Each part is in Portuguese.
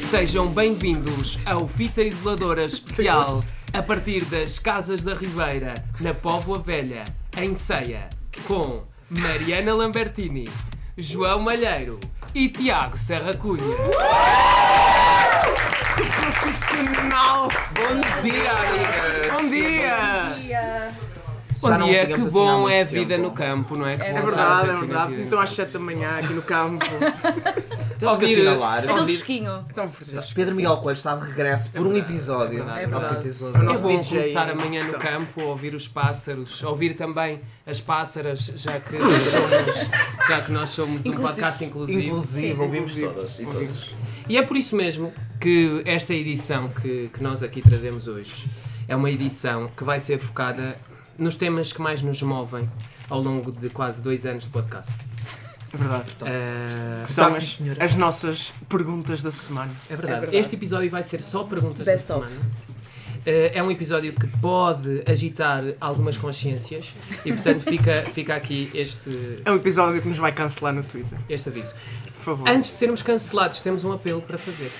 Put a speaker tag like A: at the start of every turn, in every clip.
A: Sejam bem-vindos ao Fita Isoladora Especial a partir das Casas da Ribeira, na Póvoa Velha, em Ceia, com Mariana Lambertini, João Malheiro e Tiago Serra Cunha.
B: Profissional!
C: Bom dia, amigas!
B: Bom dia!
C: Já
A: Bom
C: não
A: dia,
C: tínhamos
A: que
C: assim há
A: bom
C: muito
A: é a vida
C: tempo.
A: no campo, não é?
B: É verdade, é verdade. Então às 7 da manhã aqui no campo.
C: Temos que
A: Ouvir-
C: assinalar.
A: ouvir-
D: Aquele fresquinho.
B: Então, fresco.
C: Pedro Miguel Coelho está de regresso por um episódio.
A: verdade, é
C: Ao
D: verdade.
C: Fita Isolada.
B: É o
A: É
B: nosso
A: bom
B: DJ
A: começar amanhã no
B: questão.
A: campo, a ouvir os pássaros, a ouvir também as pássaras, já que nós somos, já que nós somos um podcast inclusivo.
C: Inclusive, ouvimos todas e todos.
A: E é por isso mesmo que esta edição que, que nós aqui trazemos hoje é uma edição que vai ser focada nos temas que mais nos movem ao longo de quase dois anos de podcast.
B: É verdade.
A: Eh,
B: Que são
C: Verdade,
B: as,
C: senhora.
B: as nossas perguntas da semana.
A: É verdade. Este episódio vai ser só perguntas
D: Best
A: da
D: of.
A: semana. Eh, É um episódio que pode agitar algumas consciências e, portanto, fica, fica aqui este,
B: É um episódio que nos vai cancelar no Twitter.
A: este aviso.
B: Por favor.
A: Antes de sermos cancelados, temos um apelo para fazer.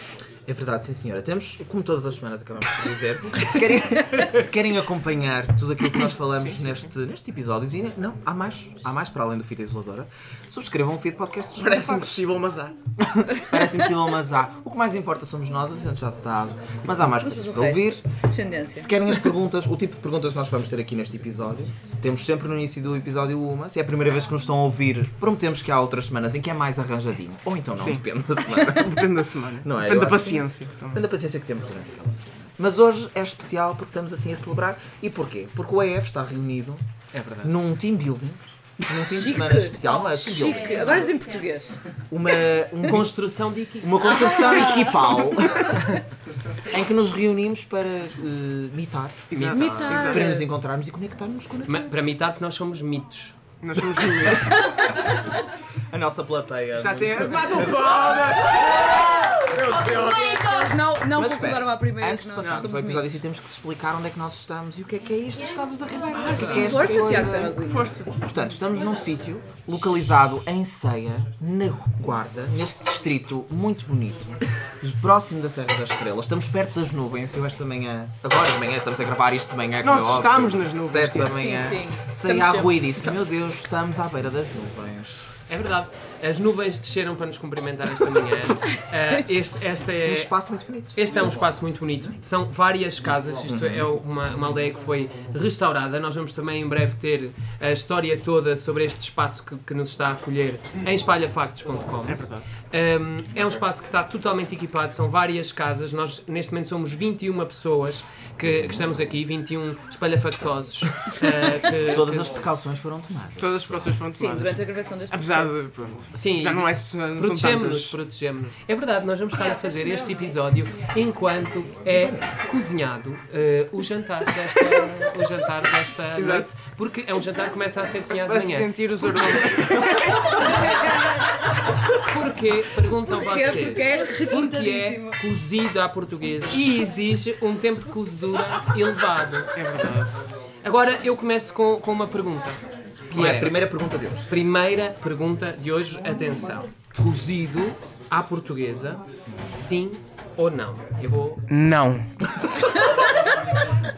C: É verdade, sim senhora. Temos, como todas as semanas acabamos de
A: é,
C: dizer, se querem, se querem acompanhar tudo aquilo que nós falamos neste, neste episódio, e não, há mais, há mais para além do Fita Isoladora, subscrevam o Fita Podcast.
B: Parece impossível, mas há.
C: Parece impossível, mas há. O que mais importa somos nós, a gente já sabe. Mas há mais coisas
D: tudo o
C: para ouvir. Se
D: Descendência.
C: querem as perguntas, o tipo de perguntas que nós vamos ter aqui neste episódio, temos sempre no início do episódio uma. Se é a primeira vez que nos estão a ouvir, prometemos que há outras semanas em que é mais arranjadinho. Ou então não,
B: Sim.
C: depende da semana.
B: Depende da semana.
C: Não é, eu
B: Depende da
C: acho
B: paciência. Então, também.
C: depende da paciência que temos durante aquela semana. Mas hoje é especial porque estamos assim a celebrar. E porquê? Porque o EF está reunido
A: É verdade.
C: num team building, num fim de semana especial, não é? Team building.
D: Chique. Agora diz em português.
C: Uma, um
A: Construção de equipe.
C: uma construção equipal em que nos reunimos para eh, mitar,
B: Exato.
D: Mitar.
B: Exato.
C: para nos encontrarmos e conectarmos com a
A: Ma-
C: natureza.
A: Para mitar, porque nós somos mitos.
B: Nós somos assim, é amigos.
C: A nossa plateia.
B: Já tem. Mata o
D: Não, não
C: Mas
D: concordaram
C: espera,
D: à primeira.
C: antes de
D: não,
C: passarmos
D: somos
C: ao episódio
D: amigos.
C: assim, temos que explicar onde é que nós estamos e o que é que é isto das Casas da Ribeira. O que é que é esta
D: Ah, Força,
C: coisa?
D: Tiago Sarraguinho.
B: Força.
C: Portanto, estamos num sítio localizado em Ceia, na Guarda, neste distrito muito bonito, próximo da Serra das Estrelas. Estamos perto das nuvens, eu esta manhã, agora de manhã, estamos a gravar isto de manhã. como
B: Nós
C: é óbvio,
B: estamos nas nuvens,
C: Sete da
B: Tiago.
C: manhã.
D: Sim, sim.
C: Saí
D: Estamos
C: à
D: sempre.
C: rua e disse, meu Deus, estamos à beira das nuvens.
A: É verdade. As nuvens desceram para nos cumprimentar esta manhã. Ah, este, esta
C: Um
A: é,
C: espaço muito bonito.
A: Este é um espaço muito bonito. São várias casas. Isto é uma, uma aldeia que foi restaurada. Nós vamos também em breve ter a história toda sobre este espaço que, que nos está a acolher em espalhafactos.com. É
B: verdade.
A: é um espaço que está totalmente equipado. São várias casas. Nós, neste momento, somos 21 pessoas que, que estamos aqui. 21 espalhafactosos. ah, que-
C: Todas
A: que-
C: as precauções foram tomadas.
B: Todas as pessoas foram
D: Sim,
B: tomadas.
D: durante a gravação deste
B: Apesar
D: podcast.
B: de. Pronto.
A: Sim,
B: Já
A: e-
B: não é não são
A: Protegemos-nos,
B: tantas.
A: protegemos-nos. É verdade, nós vamos estar a fazer este episódio enquanto é cozinhado eh, o jantar desta, o jantar desta
B: Exato.
A: noite, porque é um jantar que começa a ser cozinhado de
B: Vai-se
A: manhã.
B: sentir os aromas.
A: Porquê, perguntam
D: Porquê?
A: vocês,
D: Porque é
A: porque é
D: redondíssimo.
A: cozido à portuguesa e exige um tempo de cozedura elevado.
B: É verdade.
A: Agora eu começo com, com uma pergunta. Que
C: Não é a
A: é-
C: primeira pergunta deles.
A: Primeira pergunta de hoje, atenção. Cozido à portuguesa, sim ou não? Eu vou.
B: Não.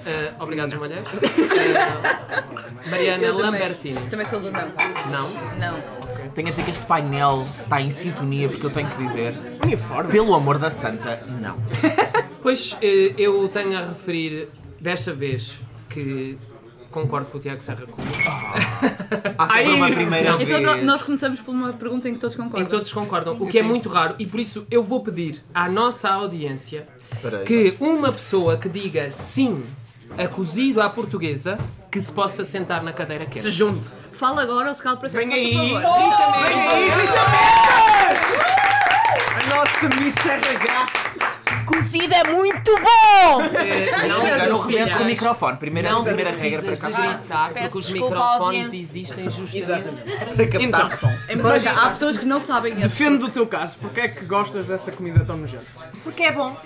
A: eh, obrigado, João Malheiro. Eh, Mariana
D: Eu também-
A: Lambertini.
D: Também sou do não. Então
A: Não.
D: Não.
C: Tenho a dizer que este painel está em sintonia porque eu tenho que dizer,
B: Uniforme.
C: pelo amor da santa, não.
A: Pois eh, eu tenho a referir desta vez que concordo com o Tiago Serra Cunha,
C: Há sempre
B: Ai,
C: uma primeira vez.
D: Então no- nós começamos por uma pergunta em que todos concordam.
A: em que todos concordam, o que é muito raro, e por isso eu vou pedir à nossa audiência
C: Espera aí,
A: que uma pessoa que diga sim a cozido à portuguesa que se possa sentar na cadeira que é.
B: Se junte.
D: Fala agora ou se cala para frente.
C: Vem aí.
D: Por favor.
B: A nossa Miss RH.
C: Cozido é muito bom!
A: Eh, não,
C: Agora não
A: precisas-
C: remesso com o microfone. Primeira,
A: Não
C: primeira regra para
A: precisas de
C: cá.
A: gritar, porque
E: Peço
A: os
E: desculpa à
A: microfones
E: audiência.
A: existem justamente.
C: Para captar som.
D: Embora já há pessoas que não sabem isso.
B: Então, Defende o teu caso. Porquê é que gostas dessa comida tão nojenta?
E: Porque é bom.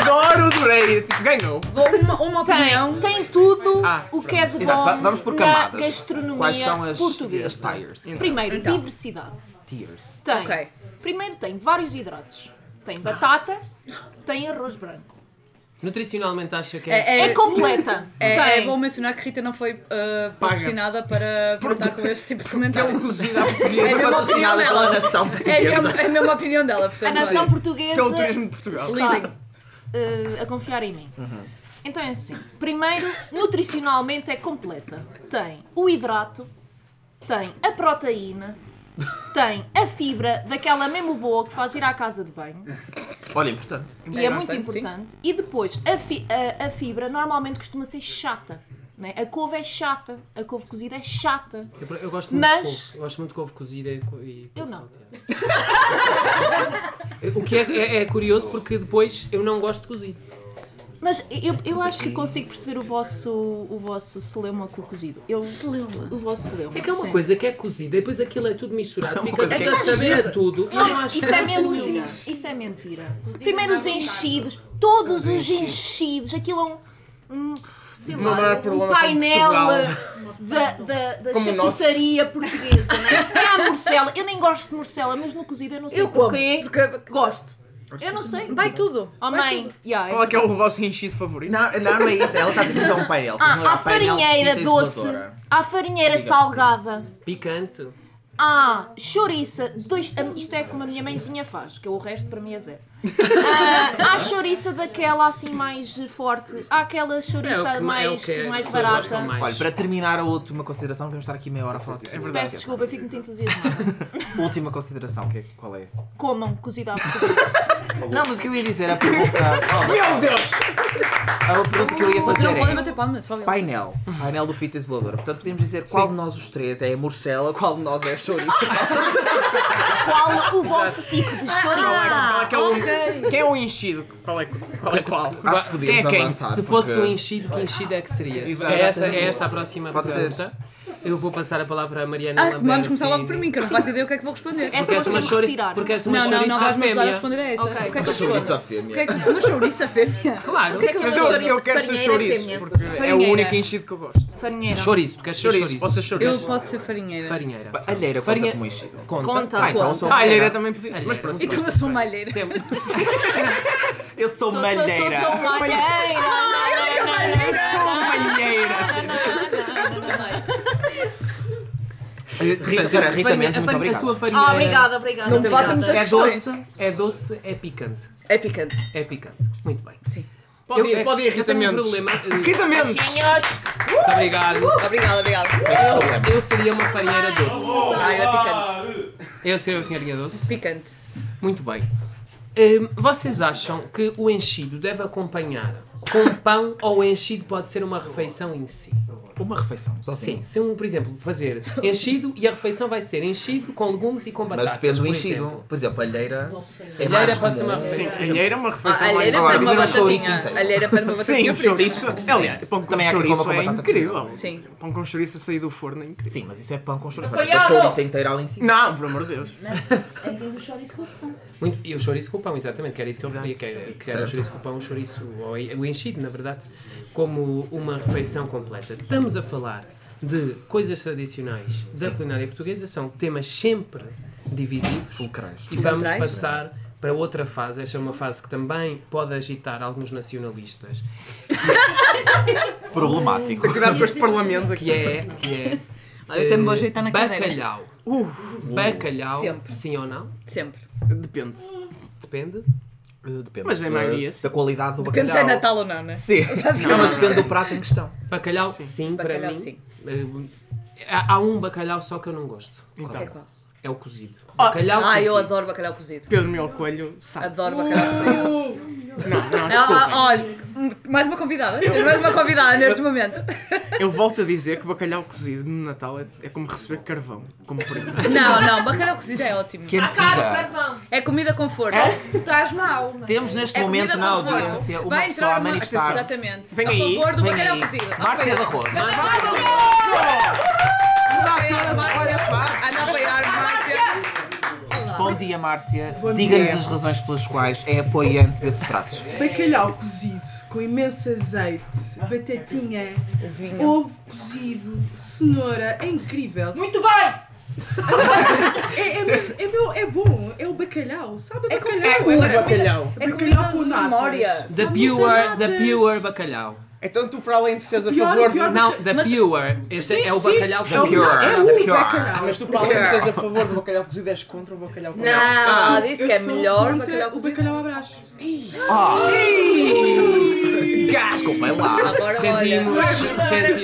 B: Adoro, adorei. Tipo, ganhou.
D: Uma, uma
E: Tem,
D: opinião.
E: tem tudo
B: Ah,
E: o que é de bom
C: Exato, va- vamos por
E: na
C: camadas.
E: gastronomia
C: Quais são as, as
E: portuguesa.
C: tires?
E: Primeiro,
D: Então.
E: diversidade.
C: Tiers.
E: Tem.
D: Ok.
E: Primeiro tem vários hidratos. tem batata, tem arroz branco.
A: Nutricionalmente acha que
D: É-
A: é.
E: É completa.
D: É,
E: tem.
D: é bom mencionar que Rita não foi ah, patrocinada para tratar com este tipo de
C: Ele
D: comentário.
C: cozinha à
D: É
C: portuguesa
D: a mesma opinião
C: patrocinada pela
D: dela.
C: nação
D: É a mesma-
C: portuguesa.
D: é a mesma opinião dela,
E: A
D: portanto.
E: nação
D: olha.
E: portuguesa
B: Pelo turismo de Portugal.
E: está eh, a confiar em mim. Então é assim. Primeiro, nutricionalmente é completa. Tem o hidrato, tem a proteína, tem a fibra daquela mesmo boa que faz ir à casa de banho.
C: Olha, importante.
E: E
D: É
E: é, muito
D: bastante,
E: importante. E depois, a, fi- a- a fibra normalmente costuma ser chata. Né? A couve é chata. A couve cozida é chata.
A: Eu, eu gosto muito
E: Mas-
A: de couve. Eu gosto muito de couve cozida e, co- e
E: Eu
A: couve
E: não.
A: salteada. o que é, é- é curioso porque depois eu não gosto de cozido.
E: Mas eu, eu acho que consigo perceber o vosso, o vosso celeuma com o cozido. Eu, o vosso celeuma.
A: É que é uma
E: sim.
A: coisa que é cozida e depois aquilo é tudo misturado. Fica
C: coisa
A: tudo
C: que
A: a saber a tudo. e eu
D: Oh,
A: não acho
E: Isso é
A: graça
E: mentira.
A: nenhuma.
E: Isso é mentira. Primeiro os enchidos, todos os enchidos, aquilo é um. um, sei
B: Não
E: lá,
B: há problema
E: um
B: com
E: painel
B: Portugal.
E: eh, da, da, da
B: Como o nosso.
E: charcutaria portuguesa, não é? É a morcela. Eu nem gosto de morcela, mas no cozido eu não sei
D: Eu como,
E: porquê.
D: porque
E: Gosto. Eu não sei.
D: vai tudo. vai
E: Oh, mãe.
D: tudo.
E: yeah,
B: Qual é que é o vosso enchido favorito?
C: Não, não, não é isso. Ela está a dizer que isto é um painel. Isto não é
E: Ah, há
C: um painel de
E: farinheira
C: fita
E: doce,
C: isoladora.
E: há farinheira
C: Diga.
E: salgada,
A: Picante.
E: há chouriça, dois, a- isto é como a minha mãezinha faz, que o resto para mim é zero. Ah, há chouriça daquela assim mais forte, há aquela
A: É o
E: chouriça
A: que
E: mais,
A: é o que é,
E: mais
A: as pessoas
E: barata.
A: gostam mais.
C: Olha, para terminar a última consideração, vamos estar aqui meia hora a falar disso. É
E: Peço desculpa, eu fico muito entusiasmada.
C: Última consideração, que é, qual é?
E: Comam cozida à portuguesa.
C: Não, mas o que eu ia dizer, a pergunta,
B: Meu Deus!
C: a pergunta que eu ia
D: Vocês não
C: fazer
D: podem
C: é...
D: bater palmas, só violência.
C: Painel, painel do fita isoladora. Portanto, podemos dizer qual de nós os três é a morcela, qual de nós é a chouriça.
E: Qual o vosso tipo de
B: Qual
E: chouriça?
B: é que é o-
D: Ah, ok.
B: Quem é o enchido? Qual é qual? É qual?
C: Acho que
B: Quem
C: podíamos
B: é quem?
C: avançar.
A: Se fosse
C: porque-
A: um enchido, que enchido é que seria?
B: Exato.
A: É esta, é esta a próxima
C: Pode ser.
A: pergunta. Eu vou passar a palavra à Mariana
D: Ah,
A: Lambertini.
D: vamos começar logo por mim, que eu não faço ideia o que é que vou responder.
E: Essa
A: Porque
E: nós
A: és uma
E: temos que
A: chouriça.
E: retirar.
A: Porque és uma
D: Não, não, não
A: chouriça
D: vais me ajudar a
A: fêmea.
D: responder a esta. O
E: Ok.
D: que é que eu
C: Chouriça
D: respondo? O que
C: fêmea.
D: é que uma chouriça fêmea?
A: Claro.
D: O que é que eu
B: Mas eu,
D: respondo?
B: eu quero ser
E: Farinheira é
B: chouriço,
E: fêmea.
B: porque é o
D: Farinheira.
B: único enchido que eu gosto.
E: Farinheira.
A: Chouriço. Tu queres ser
B: Chouriço,
A: chouriço?
B: posso ser
D: Eu
B: chouriço.
D: posso ser farinheira.
A: Farinheira.
C: Alheira conta
A: Farinha-
C: como enchido.
A: Conta.
E: Conta.
C: Ah, então eu
E: conta.
C: sou
B: Ah,
C: malheira.
B: Ilhéria também podia ser, mas pronto.
D: Então eu sou malheira.
A: Tempo.
C: Eu sou
E: Sou- sou-
C: malheira.
E: Sou, sou malheira.
A: Rita,
C: pera,
A: a
C: Rita
A: farinha-
C: Mendes,
A: a
C: muito
A: farinha-
C: obrigado.
A: A sua farinha
E: Ah, obrigada, obrigada.
D: Não façam
E: obrigada.
D: muitas
A: é
D: questões.
A: doce, é doce, é picante.
D: É picante.
A: É picante. Muito bem.
B: Pode
A: Eu-
B: ir, pode ir,
A: eu
B: Rita
A: tenho um
B: Mendes.
A: problema, eh,
B: Rita Mendes!
E: Beijinhos.
A: Muito obrigado.
D: Obrigada, obrigada.
A: Eu, eu seria uma farinheira doce.
D: Ah, é picante.
A: Eu seria uma farinheira doce.
D: Picante.
A: Muito bem. Hum, vocês acham que o enchido deve acompanhar com pão ou o enchido pode ser uma refeição em si?
C: Uma refeição, só assim.
A: Sim, se um, por exemplo, fazer enchido e a refeição vai ser enchido com legumes e com batatas.
C: Mas depende do
A: por
C: enchido.
A: exemplo.
C: Por exemplo, alheira é
A: Alheira
C: mais
A: pode ser uma
C: comum.
A: refeição.
B: Sim, alheira é uma refeição
D: A alheira
C: Agora,
D: pede
B: mais...
D: uma
C: dizer um chouriço
D: batatinha.
C: inteiro.
D: A alheira pede uma
B: Sim,
D: batatinha
B: o
D: frita.
B: chouriço. um Aliás, pão com
C: Também há quem
B: chouriço
C: coma
B: é
C: com batata
B: incrível.
D: Sim.
B: Pão com chouriço a sair do forno é incrível.
C: Sim, mas isso é pão com chouriço. Vai ter
E: Apanhado!
C: chouriço inteira lá em cima.
B: Não, por amor de Deus.
A: Muito, e o chouriço com pão, exatamente, que era isso que eu referia, que era, que era o
C: Certo.
A: chouriço com pão, o chouriço, ou en- o enchido, na verdade, como uma refeição completa. Estamos a falar de coisas tradicionais da culinária portuguesa, são temas sempre divisivos.
C: Fulcrais.
A: E vamos
D: Centrais.
A: passar para outra fase. Esta é uma fase que também pode agitar alguns nacionalistas,
C: Problemático.
B: Cuidado com este parlamento aqui.
A: que é, que é
D: Olha, eu até me vou
A: eh,
D: ajeitar na cadeira.
A: bacalhau. bacalhau,
D: Sempre.
A: sim ou não,
D: Sempre.
B: é? Depende.
A: depende.
C: Uh, Depende
B: Mas a
C: da-
B: maioria, sim.
C: da qualidade do
D: Depende se é
C: bacalhau.
D: Natal ou não, né?
C: Sim, não, mas depende do prato em questão.
A: Bacalhau, sim, para
D: Bacalhau,
A: mim.
D: sim.
A: Eh, há, há um bacalhau só que eu não gosto.
D: É
B: Então,
D: qual?
A: É o cozido. Bacalhau
D: Ah,
A: cozido.
D: eu adoro bacalhau cozido.
B: Pedro Mel Coelho sabe.
D: Adoro bacalhau cozido.
B: Não, não,
D: Ah,
B: desculpa.
D: ah, olha, mais uma convidada. Mais uma convidada neste momento.
B: Eu volto a dizer que bacalhau cozido no Natal é, é como receber carvão, como prenda.
D: Não, não, bacalhau cozido é ótimo.
C: Quentida.
D: É comida com força.
E: Estás mal. mas-
C: Temos neste
D: É
C: momento
D: comida
C: na
D: com força.
C: audiência uma
D: Vai
C: pessoa
D: entrar
C: a
D: uma-
C: manifestar-se.
D: Exatamente.
B: Vem
D: a
B: aí,
D: favor do
C: Vem
D: bacalhau
C: aí,
D: cozido.
C: Márcia da Rosa.
D: Ana apoiar Márcia.
C: Bom dia, Márcia. Diga-nos
F: dia.
C: as razões pelas quais é apoiante desse prato.
F: Bacalhau cozido com imenso azeite, batatinha, ovo cozido, cenoura, é incrível.
E: Muito bem.
F: É, é, mesmo- é, meu, é bom, é o bacalhau, sabe?
D: É
F: bacalhau.
D: com- é com-
F: Olha,
B: Bacalhau.
D: É
F: Bacalhau
D: comida
F: com
D: de
F: natas.
D: memória.
A: The
F: São
A: pure, the
F: natas.
A: pure bacalhau.
B: Então tu, para além de seres a
F: Pior,
B: favor
F: pior
B: do...
A: Não, the
D: Mas-
A: pure. Este é o
F: sim,
A: bacalhau
C: The
A: puro.
C: pure.
F: É
C: the
F: o
C: pure.
F: bacalhau.
B: Mas tu, para além de seres a favor do bacalhau cozido, és contra o bacalhau cozido.
D: Não,
F: Eu
D: disse que é
F: sou
D: melhor
F: contra
D: bacalhau
F: o
D: cozido.
F: bacalhau abraço.
C: Desculpem Ah! é lá.
D: Agora olha.
A: Sentimos,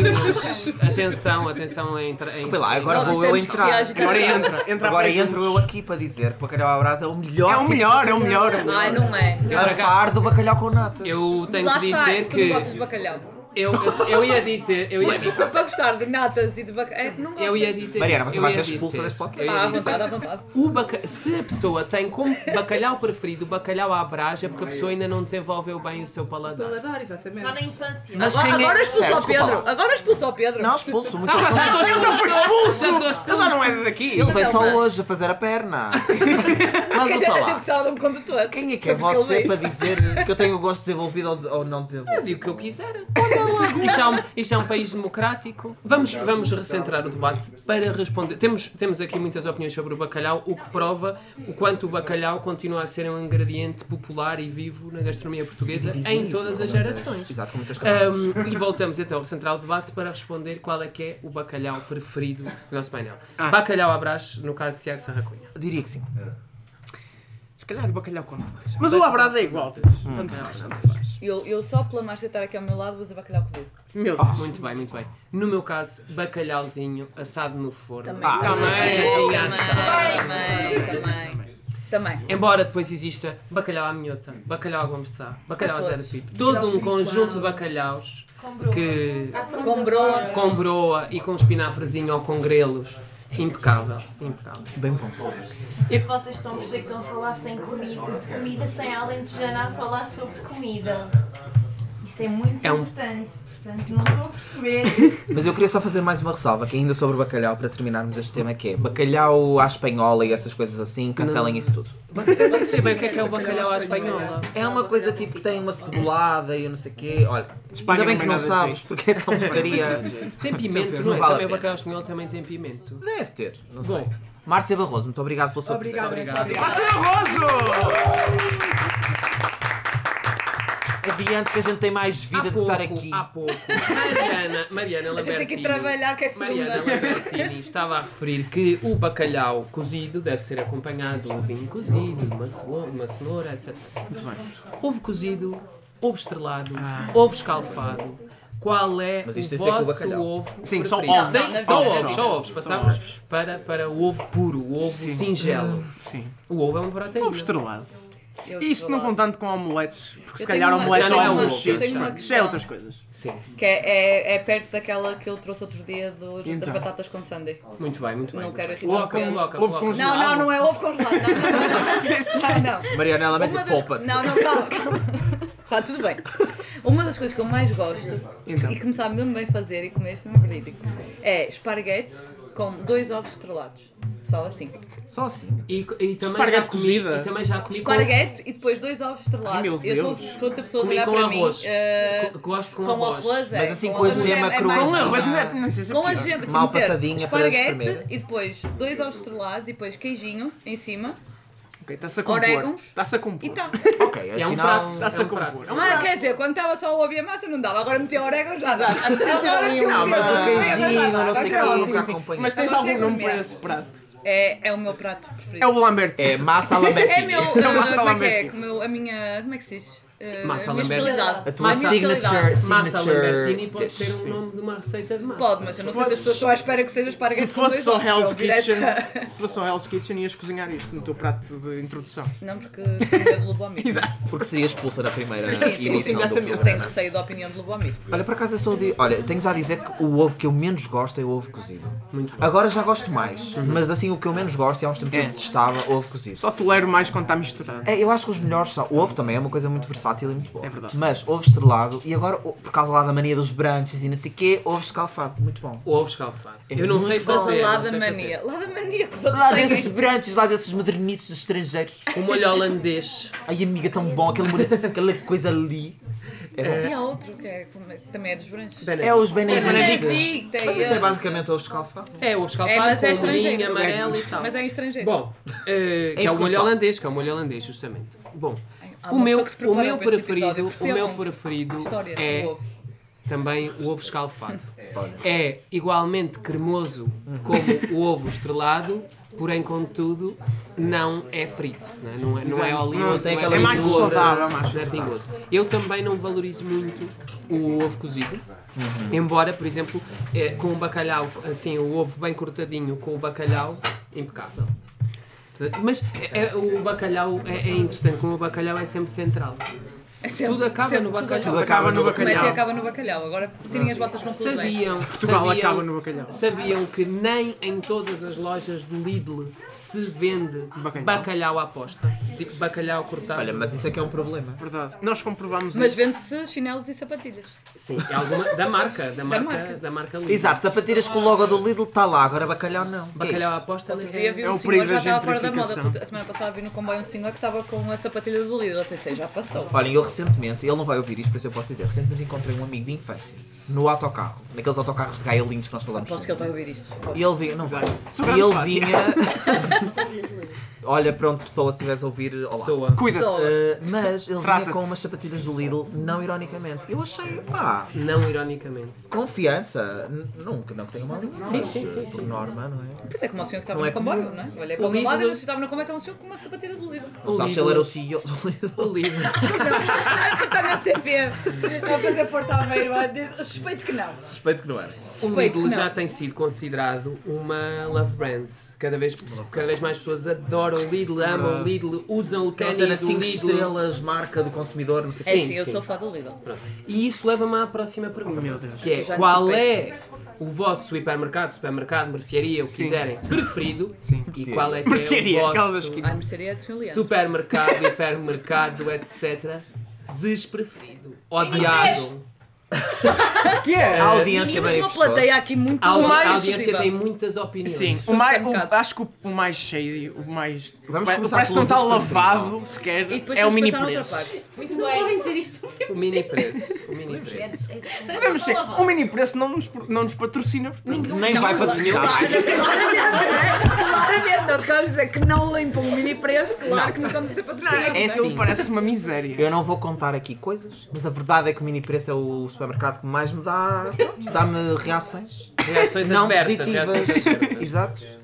A: sentimos. Atenção, atenção em. tra- em-
C: Desculpem lá, agora
D: Nós
C: vou eu
D: dissemos que se
C: entrar.
D: agita-
B: Agora entra. entra
C: Agora
B: para
C: entro eu
B: juntos.
C: aqui para dizer que bacalhau à brás é o melhor.
B: É o
C: tipo,
B: melhor, é o melhor.
D: Ai, não é.
C: A par do bacalhau com natas.
A: Eu tenho
D: Lá
A: que
D: está,
A: dizer
D: porque tu não gostas
A: que.
D: de bacalhau.
A: Eu, eu, eu ia dizer. Eu ia,
D: Para gostar de natas e de bacalhau. É que não gostas.
A: eu ia dizer.
C: Mariana,
A: isso,
C: você
A: eu
C: vai
A: ia
C: ser expulsa
A: dizer
C: deste
A: isso,
C: podcast.
A: eu ia
D: Ah, à
A: dizer
D: vontade, à vontade.
A: O baca- Se a pessoa tem como bacalhau preferido o bacalhau à brás, é porque a pessoa ainda não desenvolveu bem o seu paladar.
F: Paladar, exatamente.
E: Lá Tá na infância.
C: Mas
D: Agora,
C: quem é-
D: agora expulsou
C: É,
D: o
C: desculpa
D: Pedro.
C: lá.
D: Agora expulsou o Pedro.
C: Não, expulso. Muito
A: Calma, já estou
C: assunto.
A: expulso. Já estou
B: Ele
A: expulso.
B: já não é daqui.
C: Ele veio só
D: Calma.
C: hoje a fazer a perna.
D: Porque a
C: Mas ouça
D: gente a gente
C: lá.
D: precisava de um condutor.
C: Quem é que é
D: Foi porque
C: você
D: ele
C: para
D: veio.
C: dizer que eu tenho o gosto desenvolvido ou des- ou não
A: Eu
C: desenvolvido?
A: digo o que eu quiser. Isto é um, isto é um país democrático. Vamos, vamos recentrar o debate para responder. Temos, temos aqui muitas opiniões sobre o bacalhau, o que prova o quanto o bacalhau continua a ser um ingrediente popular e vivo na gastronomia portuguesa em todas as gerações.
C: Exato, com muitas camadas.
A: Um, e voltamos então ao central debate para responder qual é que é o bacalhau preferido do nosso painel. Bacalhau à brás, no caso de Tiago Sarracunha.
C: Ah, Diria que sim.
B: Se calhar bacalhau com natas. Mas o abraço é igual, Deus. Tanto faz, tanto faz.
D: Eu, eu só pela Márcia estar aqui ao meu lado vou dizer bacalhau cozido.
B: Meu
C: Ah.
B: Deus.
A: Muito bem, muito bem. No meu caso, bacalhauzinho assado no forno.
D: Também.
C: Ah,
A: Também, assado.
D: Também, também, também. Também.
A: Embora depois exista bacalhau à minhota, bacalhau à gomes de sá, bacalhau à zé
D: Para
A: de
D: todos.
A: pipo, todo um
F: Bacalhau
A: conjunto de
F: espiritual.
A: bacalhaus
E: Com broa.
A: que
E: Há tantas
D: Com broa.
E: horas.
A: com broa e com espinafrezinho ou com grelos, impecável, impecável.
C: Bem bom.
E: Se vocês estão a perceber que estão a falar sem comida, de comida sem alentejana a falar sobre comida. Isso é muito
A: É um-
E: importante. Portanto, não estou a perceber.
C: Mas eu queria só fazer mais uma ressalva, que é ainda sobre o bacalhau, para terminarmos este tema, que é bacalhau à espanhola e essas coisas assim, cancelem isso tudo.
A: Bacalhau, não sei bem o que é que é o bacalhau à espanhola.
C: É uma coisa tipo que tem uma cebolada e eu não sei o quê. Olha,
B: Espanha
C: ainda bem
B: não
C: que
B: é
C: não
B: nada
C: sabes,
B: disso.
C: porque é tão porcaria.
A: Tem pimento, não
C: Não
A: é?
C: vale
A: Também o
C: a pena.
A: bacalhau espanhol também tem pimento.
C: Deve ter, não sei.
A: Bom,
C: Márcia Barroso, muito obrigado pela sua
F: Obrigada.
C: presença.
A: obrigado.
B: Márcia Barroso!
C: Adiante que a gente tem mais
A: Há
C: vida de
A: pouco,
C: estar aqui.
A: há pouco, Mariana, Mariana
D: A gente tem que ir
A: Lambertini,
D: trabalhar que é
A: Mariana
D: segunda.
A: Lambertini estava a referir que o bacalhau cozido deve ser acompanhado de um vinho cozido, de uma cenoura, uma cenoura etc. Muito
B: bem.
A: Ovo cozido, ovo estrelado, ovo escalfado. Qual é
C: Mas isto
A: o
C: tem que ser com
A: vosso
C: bacalhau.
A: ovo
B: Sim, só
A: preferido?
B: ovos.
A: Sim,
D: Não,
A: só
D: não, não.
A: ovos, só ovos. Passamos para, para o ovo puro, o ovo singelo.
B: Sim.
A: O ovo é uma proteína.
B: Ovo estrelado.
D: Eu
B: E isto
D: vou
B: não
D: lá.
B: contando com omeletes, porque se
D: Eu
B: calhar
D: tenho uma-
B: omeletes
A: já não é
B: são
A: um ovo,
B: outros
A: eu
B: sítios,
A: tenho
D: uma
B: não é? Já é
D: questão.
B: outras coisas.
A: Sim,
D: Que é, é, é perto daquela que eu trouxe outro dia do junto
B: Então.
D: de batatas com sandy.
A: muito bem, muito bem.
D: Não
A: muito
D: quero
A: bem.
D: irritar
A: Coloca,
D: ninguém.
A: coloca,
B: Ovo
A: coloca.
D: Não, não, não é ovo congelado. Não, não, não. não, não.
C: Mariana, ela mete
D: Uma das-
C: poupa
D: Não, não, calma, calma. Está tudo bem. Uma das coisas que eu mais gosto
B: Então.
D: e que me sabe mesmo bem fazer e comer, isto é mesmo verídico, é esparguete com dois ovos estrelados. Só assim.
C: Só assim.
A: E, e também já
B: Esparguete
A: comi,
B: cozida.
A: e também já comi com,
D: Esparguete e depois dois ovos estrelados.
B: Ai, meu
D: eu
B: Deus.
D: estou outra pessoa a
A: comi
D: olhar
A: com
D: para
A: arroz.
D: mim. eh,
A: Co- Gosto com,
D: com
A: arroz.
D: arroz, é.
C: Mas assim com a
D: arroz é-
C: gema
D: é
C: crua.
D: mais-
B: Com arroz,
C: Ah.
B: não- não sei se é
D: Com a
B: pior.
D: gema,
C: Mal
D: tipo, ter
C: passadinha para espremer.
D: esparguete e depois dois ovos estrelados e depois queijinho em cima
B: Ok, está-se a compor.
D: Orégãos.
B: Está-se a
D: e
B: compor.
D: tá.
C: Ok,
A: É um
C: afinal...
A: prato.
B: Está-se
A: É
B: a
A: um prato.
B: compor. É um
D: Ah, quer dizer, quando estava só o ovo e a massa não dava, agora meti orégano já dá. Agora meti
B: Não, mas o é
C: queijinho, não sei é
B: prato.
C: quem já acompanha.
B: Mas tens
D: Agora
B: algum
D: chega
B: nome
D: mesmo.
B: para esse prato?
D: É, é o meu prato preferido.
B: É o Lambertini.
C: É massa à
D: É
C: lambertini.
D: meu, uh,
B: massa
D: como é que é?
B: Lambertini.
D: Como eu- a minha, como é que se diz? Uh,
A: Massa
D: a minha
A: Lambertini.
D: especialidade.
C: A tua
D: minha
C: signature,
D: especialidade.
A: Massa
C: signature
A: Lambertini pode
C: dish.
A: ser um nome de uma receita de massa.
D: Pode, mas eu não sei se as
B: fosse-
D: pessoas estão à espera que seja esparguete
B: Se
D: com
B: fosse
D: dois
B: só
D: ovos,
B: Hell's
D: eu fizesse-
B: Kitchen, se fosse só Hell's Kitchen, ias cozinhar isto no teu prato de introdução.
D: Não, porque tenho medo de Lubomir. tipo
B: Exato.
C: Porque seria expulsa na primeira
D: Sim, sim,
C: emissão do
B: exatamente.
C: programa.
D: Tenho assim, receio da opinião de Lubomir.
C: Olha, por acaso eu sou de. Olha, tenho já a dizer que o ovo que eu menos gosto é o ovo cozido.
A: Muito
C: Agora já gosto mais, mas assim o que eu menos gosto e há uns tempos eu detestava ovo cozido.
B: Só tolero mais quando está misturado.
C: É, eu acho que os melhores são. O ovo também é uma coisa muito versátil e muito boa.
B: É verdade.
C: Mas ovo estrelado e agora, o- por causa lá da mania dos branches e não sei o quê, ovo escalfado. Muito bom.
A: Ovo escalfado.
C: É
A: eu não
C: muito
A: sei
C: bom.
A: fazer.
D: lá
A: não
D: da
A: sei fazer.
D: mania. Lá da mania que os outros
C: Lá
D: têm.
C: desses branches, lá desses modernices estrangeiros.
A: O Um molho holandês. é
C: Ai, amiga, tão bom. Aquele, molho- aquela coisa ali. É
D: E há outro que é, como é- também é dos brancos.
C: É os
D: Benedictes.
C: Benedictes.
D: Benedictes,
C: Mas isso
D: eles.
C: é basicamente ovo escalfado.
A: É o
D: É,
A: escalfado
D: mas é
A: com bolinho
D: estrangeiro.
A: amarelo e tal.
D: Mas é em estrangeiro.
A: Bom, eh, que é o
C: Influção.
A: molho holandês, que é o molho holandês, justamente. Bom,
D: Há
A: o
D: uma
A: meu,
D: pessoa que se
A: o
D: preparou
A: meu
D: para este
A: preferido, o
D: episódio,
A: meu
D: percebam
A: preferido
D: a história
A: é
D: do ovo.
A: também o ovo escalfado. É igualmente cremoso como o ovo estrelado, porém, contudo, não é frito. né? Não é, não é
C: Não,
A: oleoso.
C: tem
A: não
C: aquela
A: é,
C: É
B: mais
A: gorduroso,
B: saudável, é mais
A: não é tingoso. Eu também não valorizo muito o ovo cozido. Embora, por exemplo, eh, com o bacalhau, assim, o ovo bem cortadinho com o bacalhau, impecável. Mas eh, eh, o bacalhau é, é interessante, como o bacalhau é sempre central.
D: É sempre-
A: Tudo acaba
D: sempre
A: no bacalhau.
B: Tudo acaba no
D: Mas
B: bacalhau.
D: é, acaba no bacalhau. Agora tirem as vossas conclusões.
A: Sabiam,
B: Portugal
A: sabiam,
B: acaba no bacalhau.
A: sabiam que nem em todas as lojas do Lidl se vende bacalhau,
B: Bacalhau.
A: à posta. Tipo bacalhau cortado.
C: Olha, mas isso aqui é um problema.
B: Verdade. Nós comprovámos
D: Mas
B: isso.
D: vende-se chinelos e sapatilhas.
A: Sim, é alguma, da marca, da marca, da marca,
D: marca.
A: Lidl.
C: Exato, sapatilhas com o logo do Lidl está lá, agora bacalhau não. Que é
A: Bacalhau à
C: isto?
A: posta
D: Outro dia vi
B: É
D: um
B: o
D: senhor
B: perigo
D: já
B: da
D: estava fora da moda.
B: gentrificação.
D: Puta, A semana passada vi no comboio um senhor que estava com a sapatilha do Lidl. Eu pensei, já passou.
C: Olhem, eu recentemente, ele não vai ouvir isto, por isso eu posso dizer, recentemente encontrei um amigo de infância no autocarro, naqueles autocarros de gaia lindos que nós falamos.
D: Aposto que ele vai ouvir isto.
C: E ele vinha, não vai.
B: Sobre a
C: E ele
B: alface.
C: vinha. Olha, pronto, pessoa, se estivesse a ouvir, olá.
A: Pessoa.
B: Cuida-te.
C: Uh, mas ele vinha
B: Trata-te.
C: com umas sapatilhas do Lidl, não ironicamente. Eu achei, pá,
A: Não ironicamente.
C: confiança. N- Nunca, não que tenha mal nenhum. Sim, sim, sim. Por norma, não é?
D: Pois é, como o senhor que estava
C: Não é
D: no comboio, não é? Olha, para um
A: Lidl-
D: lado e o senhor que estava no comboio, estava um senhor com uma sapatilha do Lidl.
C: Não sabes se ele era o CEO do Lidl.
A: O Lidl.
D: Está na CP. A fazer Porto Aveiro. ah, diz- Suspeito que não.
C: Suspeito que não era.
A: O
D: Suspeito
A: Lidl
D: que não.
A: já tem sido considerado uma love brand. Cada vez, cada vez mais pessoas adoram o Lidl, amam o Lidl, usam o
C: Tem
A: ténis do
C: cena
A: É Lidl.
C: 5 estrelas, marca do consumidor, não sei o
D: É
C: quê.
A: Sim,
D: sim, eu
A: sim.
D: sou fã do Lidl.
A: Pronto. E isso leva-me à próxima
B: Oh,
A: pergunta, que é
D: Já
A: qual
D: antecipei.
A: é o vosso hipermercado, supermercado, mercearia, o que quiserem, preferido e
C: mercearia.
A: qual é que
B: Mercearia,
A: é o
B: aquela da
A: vosso
B: esquina.
D: Ai, mercearia é do senhor Leandro.
A: supermercado, hipermercado, etc. despreferido, odiado.
B: que é?
C: A
D: Tínhamos
C: audiência
D: uma
C: manifestou-se.
D: plateia aqui muito
A: A, audi-
D: mais
A: a audiência
D: acessível.
A: tem muitas opiniões.
B: Sim, o mais, o-
D: supermercado.
B: acho que o, o mais cheio, o mais.
C: Vamos
B: pa-
C: começar um
B: parece que não
C: pelo
B: está
C: desconto.
B: lavado sequer.
D: E depois
B: É o
D: temos
B: mini
D: que passar a outra
B: preço.
D: parte.
E: Muito bem.
G: dizer isto
A: O mini preço. O mini preço.
B: Podemos ser. O mini preço não nos, não nos patrocina, portanto.
C: Nem vai para desenhar.
D: Claramente, nós acabamos de dizer que não limpam o mini preço, claro que não estamos a ser patrocinados.
C: É
B: Aquilo
C: assim.
B: parece uma miséria.
C: Eu não vou contar aqui coisas, mas a verdade é que o mini preço é o supermercado que mais me dá. pronto, Dá-me reações.
A: Reações
C: não
A: adversas.
C: positivas.
A: Reações adversas.
C: Exato.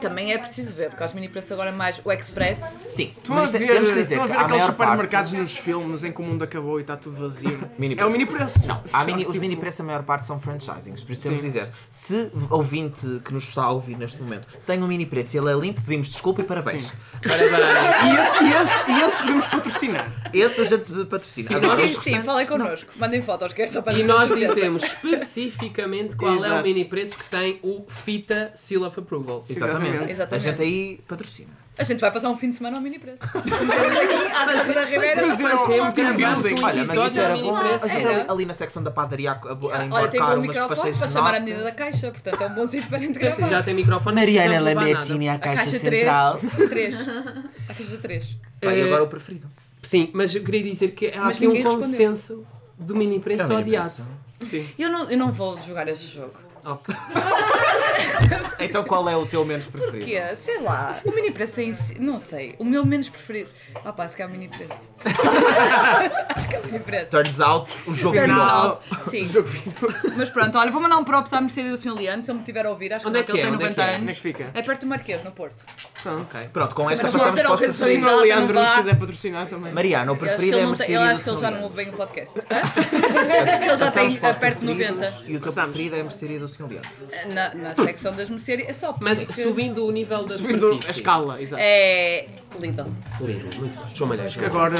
D: Também é preciso ver, porque aos mini preços agora é mais o Express.
C: Sim,
B: Estão a
C: te-
B: ver,
C: temos que dizer
B: estão a
C: que
B: ver
C: a
B: aqueles
C: maior parte-
B: supermercados nos filmes em que o mundo acabou e está tudo vazio.
C: Mini
B: é o
C: preço.
B: mini preço. Não,
C: Há mini-
D: tipo,
C: os mini preços, a maior parte são franchisings, por isso temos de dizer se ouvinte que nos está a ouvir neste momento tem um mini preço e ele é limpo, pedimos desculpa e parabéns.
A: Parabéns.
B: E esse, e, esse, e esse podemos patrocinar.
C: Esse a gente patrocina. Agora,
D: Sim,
C: os
D: sim,
C: restantes,
D: falem
C: não.
D: connosco. Mandem fotos, que é só para
A: E nós
D: ter certeza.
A: dizemos especificamente qual é o
B: Exato.
A: mini preço que tem o Fita Seal of Approval.
C: Exatamente.
D: Exatamente.
C: A gente aí patrocina.
D: A gente vai passar um fim de semana ao mini preço. aqui à Casa da Ribeira.
B: fazer-
A: Fazemos,
B: team
A: gravamos um
B: building.
C: Olha, mas
A: episódio
C: isso
A: ao
C: era
A: mini
C: bom. A
A: preço.
C: gente tá
D: Era.
C: ali, ali na secção da padaria a, a, a
D: Olha, tem um
C: embarcar
D: bom
C: umas
D: microfone
C: pastéis de
D: para chamar a
C: nota.
D: menina da caixa, portanto é um bom sítio para a gente
A: Sim,
D: gravar.
A: Já é tem microfone. não precisamos levar nada.
C: à
D: A caixa 3. A caixa 3.
C: Vai,
A: Eh,
C: agora o preferido.
A: Sim, mas eu queria dizer que há
D: Mas
A: aqui um
D: ninguém respondeu.
A: consenso do mini
C: É o
A: preço
C: mini
A: odiado.
D: Eu não, eu não vou jogar este jogo.
A: Ok.
C: preço. Então qual é o teu menos preferido?
D: Que é, sei lá, o mini preço é em si, não sei, o meu menos preferido. Ah pá, se calhar o mini preço. se calhar o mini preço.
C: Turns out, o jogo
D: Turn
C: final.
D: out. Sim. Mas pronto, olha, vou mandar um props à Mercedes do Sr. Leandro, se ele me tiver a ouvir, acho que,
A: Onde é
D: não,
A: que
D: ele
A: é?
D: tem
A: Onde é que
D: 90
A: é?
B: Onde é
D: anos.
B: que fica?
D: É perto do Marquês, no Porto.
A: ok.
C: Pronto, com esta
D: Mas não
C: passamos
D: terão
C: para os
D: pensado
B: Se
D: Sim,
C: patrocínios.
B: o
D: nisso. não
B: Leandro nos
D: vai.
B: quiser patrocinar também.
C: Mariana, o
D: Eu acho que
C: preferido
D: ele
C: é a
D: não tem- eu acho
C: Mercedes
D: que
C: do
D: ele já não
C: Sr. Leandro.
D: ouve bem o podcast. Hã? ele já
C: Passamos
D: tem
C: para
D: a
C: os
D: perto de
C: preferidos
D: 90.
C: E o teu preferido é a Mercedes do Sr. Leandro.
D: Na, na secção das mercearias, é só
A: Mas
D: porque-
A: subindo o nível da
B: Subindo a
A: superfície.
B: escala, exato.
D: É. Lidl.
A: Lindo, muito bem. João Malheiros.
B: Agora,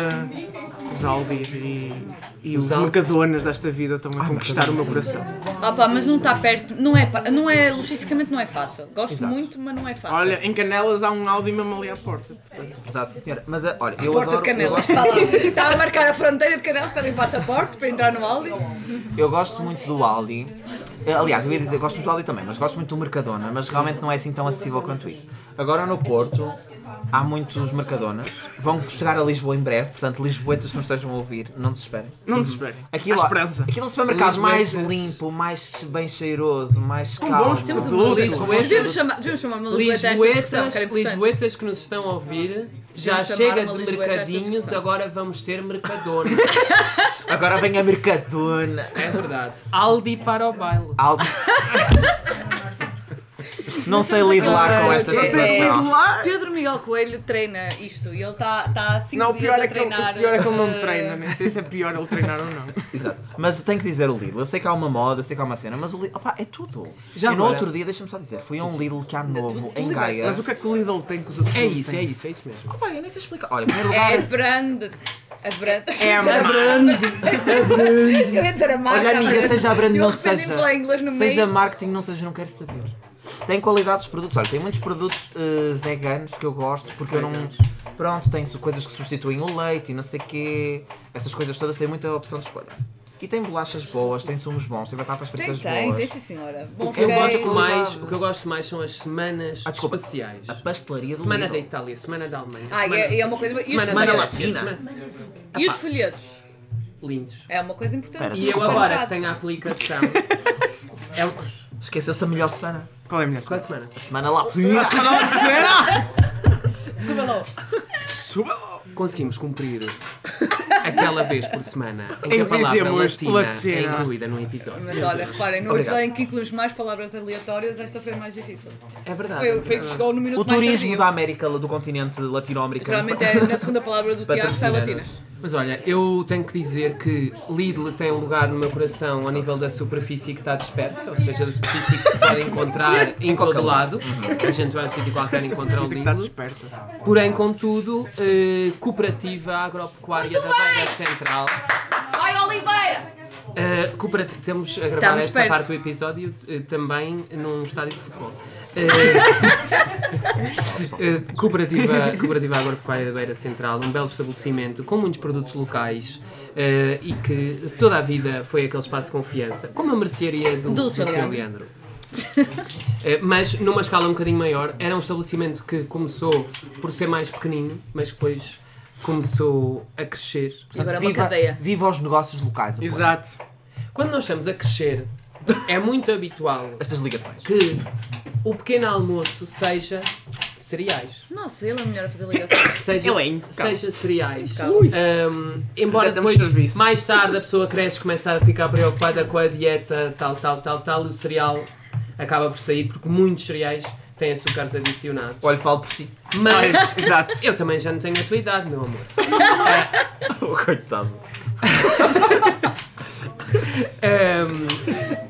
B: os Aldis e, e os,
A: Aldi.
B: Mercadonas desta vida estão a conquistar o meu coração.
D: Ah pá, mas não está perto, não é, pa- não é, logisticamente não é fácil. Gosto muito, mas não é fácil.
B: Olha, em Canelas há um um Aldi mesmo ali à porta. Portanto,
C: Verdade, sim, senhora. Mas, ah, olha, eu
D: Porta
C: adoro...
D: de
C: eu
D: Canelas.
C: gosto-
D: Está, lá, está a marcar a fronteira de Canelas, pedem passaporte para entrar no Aldi.
C: Eu gosto muito do Aldi. Eh, Aliás, eu ia dizer, eu gosto muito do Aldi também, mas gosto muito do Mercadona, mas realmente não é assim tão acessível quanto isso. Agora no Porto, há muitos Mercadonas. Vão chegar a Lisboa em breve, portanto, Lisboetas que não estejam a ouvir, não desesperem.
B: não desesperem.
C: Aquilo,
B: Há esperança.
C: aquilo é um supermercado mais
B: Lisboetas.
C: limpo, mais bem cheiroso, mais calmo.
B: bons
D: Temos
B: produtos.
D: uma
A: Lisboetas.
D: Devemos chamar, devemos chamar uma lisboeta a esta discussão,
A: Lisboetas,
D: que era importante.
A: Lisboetas que nos estão a ouvir, já
D: Devemos chamar
A: chega
D: uma
A: de
D: Lisboeta a esta
A: mercadinhos,
D: discussão.
A: agora vamos ter mercadona.
C: Agora vem a Mercadona.
A: é verdade. Aldi para o baile.
C: Aldi. não sei lidar com esta
D: Não sei
C: situação.
B: Lá!
D: Ah, Pedro Miguel Coelho treina isto e ele está tá há 5
B: Não, o
D: dias
B: pior,
D: a
B: é que ele,
D: treinar.
B: o pior é que ele não me
D: eh,
B: treina, nem sei se é pior ele treinar ou não.
C: Exato. Mas eu tenho que dizer o Lidl. Eu sei que há uma moda, sei que há uma cena, mas o Lidl, opá, é tudo.
A: Já
C: e no
A: agora-
C: outro dia, deixa-me só dizer, fui a um Lidl que há novo, em
B: Tudo bem,
C: Gaia.
B: Mas o que é que o Lidl tem que os outros
A: É
B: não
A: isso, é
B: têm?
A: isso, é isso mesmo.
C: Opá, eu nem sei explicar. Olha, em primeiro lugar,
D: É brand. A brand.
B: É grande!
D: Eu ia dizer a marca.
C: olha amiga,
D: mas-
C: seja a brand,
D: eu
C: não
D: arrependi-me
C: seja.
D: pela inglês no
C: Seja
D: meio.
C: marketing, não seja, não quero saber. Tem qualidade dos produtos. Olha, tem muitos produtos eh, veganos que eu gosto, porque eu não... Pronto, tem su- coisas que substituem o leite e não sei quê. Essas coisas todas têm muita opção de escolha. E tem bolachas boas, tem sumos bons, tem batatas
D: Tem,
C: fritas
D: tem,
C: boas.
D: tem sim senhora. Bom,
C: que eu
A: Eu
D: ok.
A: gosto
C: Qualidade.
A: mais, o que eu gosto mais são as semanas
C: Ah, desculpa.
A: espaciais.
C: A pastelaria do
A: Semana
C: Lidl.
A: da Itália, semana da Alemanha.
D: Ah, e
A: semana,
D: é, e é uma coisa. E, os
A: semana,
C: Semana
A: da
D: folhetos?
A: Grécia,
C: Latina.
A: semana-
D: e os folhetos?
A: Lindos.
D: É uma coisa importante.
C: Espera,
A: E eu
C: Desculpa.
A: agora que tenho a aplicação. É o-
C: Esqueceu-se da melhor semana.
B: Qual é a minha
A: Qual é a
B: semana?
A: semana?
C: A semana latina.
A: Conseguimos cumprir aquela vez por semana em que
B: Em
A: a
B: que
A: palavra
B: dizemos
A: latina é
B: latina.
A: incluída num episódio.
D: Mas olha, reparem, no
C: Obrigado.
D: hotel em que incluímos mais palavras aleatórias, esta foi mais difícil.
A: É verdade.
D: Foi, foi que chegou no minuto
C: O
D: mais
C: turismo
D: tardio.
C: da América, do continente latino-americano.
D: Geralmente é na segunda palavra do Tiago, sai latina.
C: Patrocina-nos.
A: Mas olha, eu tenho que dizer que Lidl tem um lugar no meu coração ao nível da superfície que está dispersa, ou seja, da superfície que se pode encontrar em todo lado. A gente vai a um sítio qualquer e encontra o
B: Isso é que está
A: Lidl.
B: dispersa.
A: Porém, contudo, eh, Cooperativa Agropecuária da Beira Central.
E: Vai, Oliveira!
A: Uh, Cooper, temos a gravar
D: Estamos
A: esta
D: perto.
A: parte do episódio uh, também num estádio de futebol. Eh, Uh, uh, cooperativa, cooperativa Agropecuária da Beira Central, um belo estabelecimento com muitos produtos locais uh, e que toda a vida foi aquele espaço de confiança, como a mercearia do,
D: Do
A: do Sr.
D: Leandro.
A: Leandro. Eh, mas numa escala um bocadinho maior. Era um estabelecimento que começou por ser mais pequenino, mas que depois começou a crescer.
D: Agora é uma
C: viva,
D: cadeia.
C: viva os negócios locais. o povo.
B: Exato.
A: Quando nós estamos a crescer, é muito habitual
C: Estas ligações.
A: que o pequeno almoço seja cereais.
D: Nossa, ele é melhor a fazer ligações.
A: Seja,
B: Eu hein?
A: seja cereais.
D: Calma. Ui.
A: Ahm, embora
B: Até temos
A: depois,
B: serviço.
A: mais tarde, a pessoa cresce, começa a ficar preocupada com a dieta, tal, tal, tal, tal, e o cereal acaba por sair, porque muitos cereais têm açúcares adicionados.
C: Olha, falo por si.
A: Mas
B: Ah, é, Exato.
A: eu também já não tenho a tua idade, meu amor.
C: Coitado.
A: Ahm,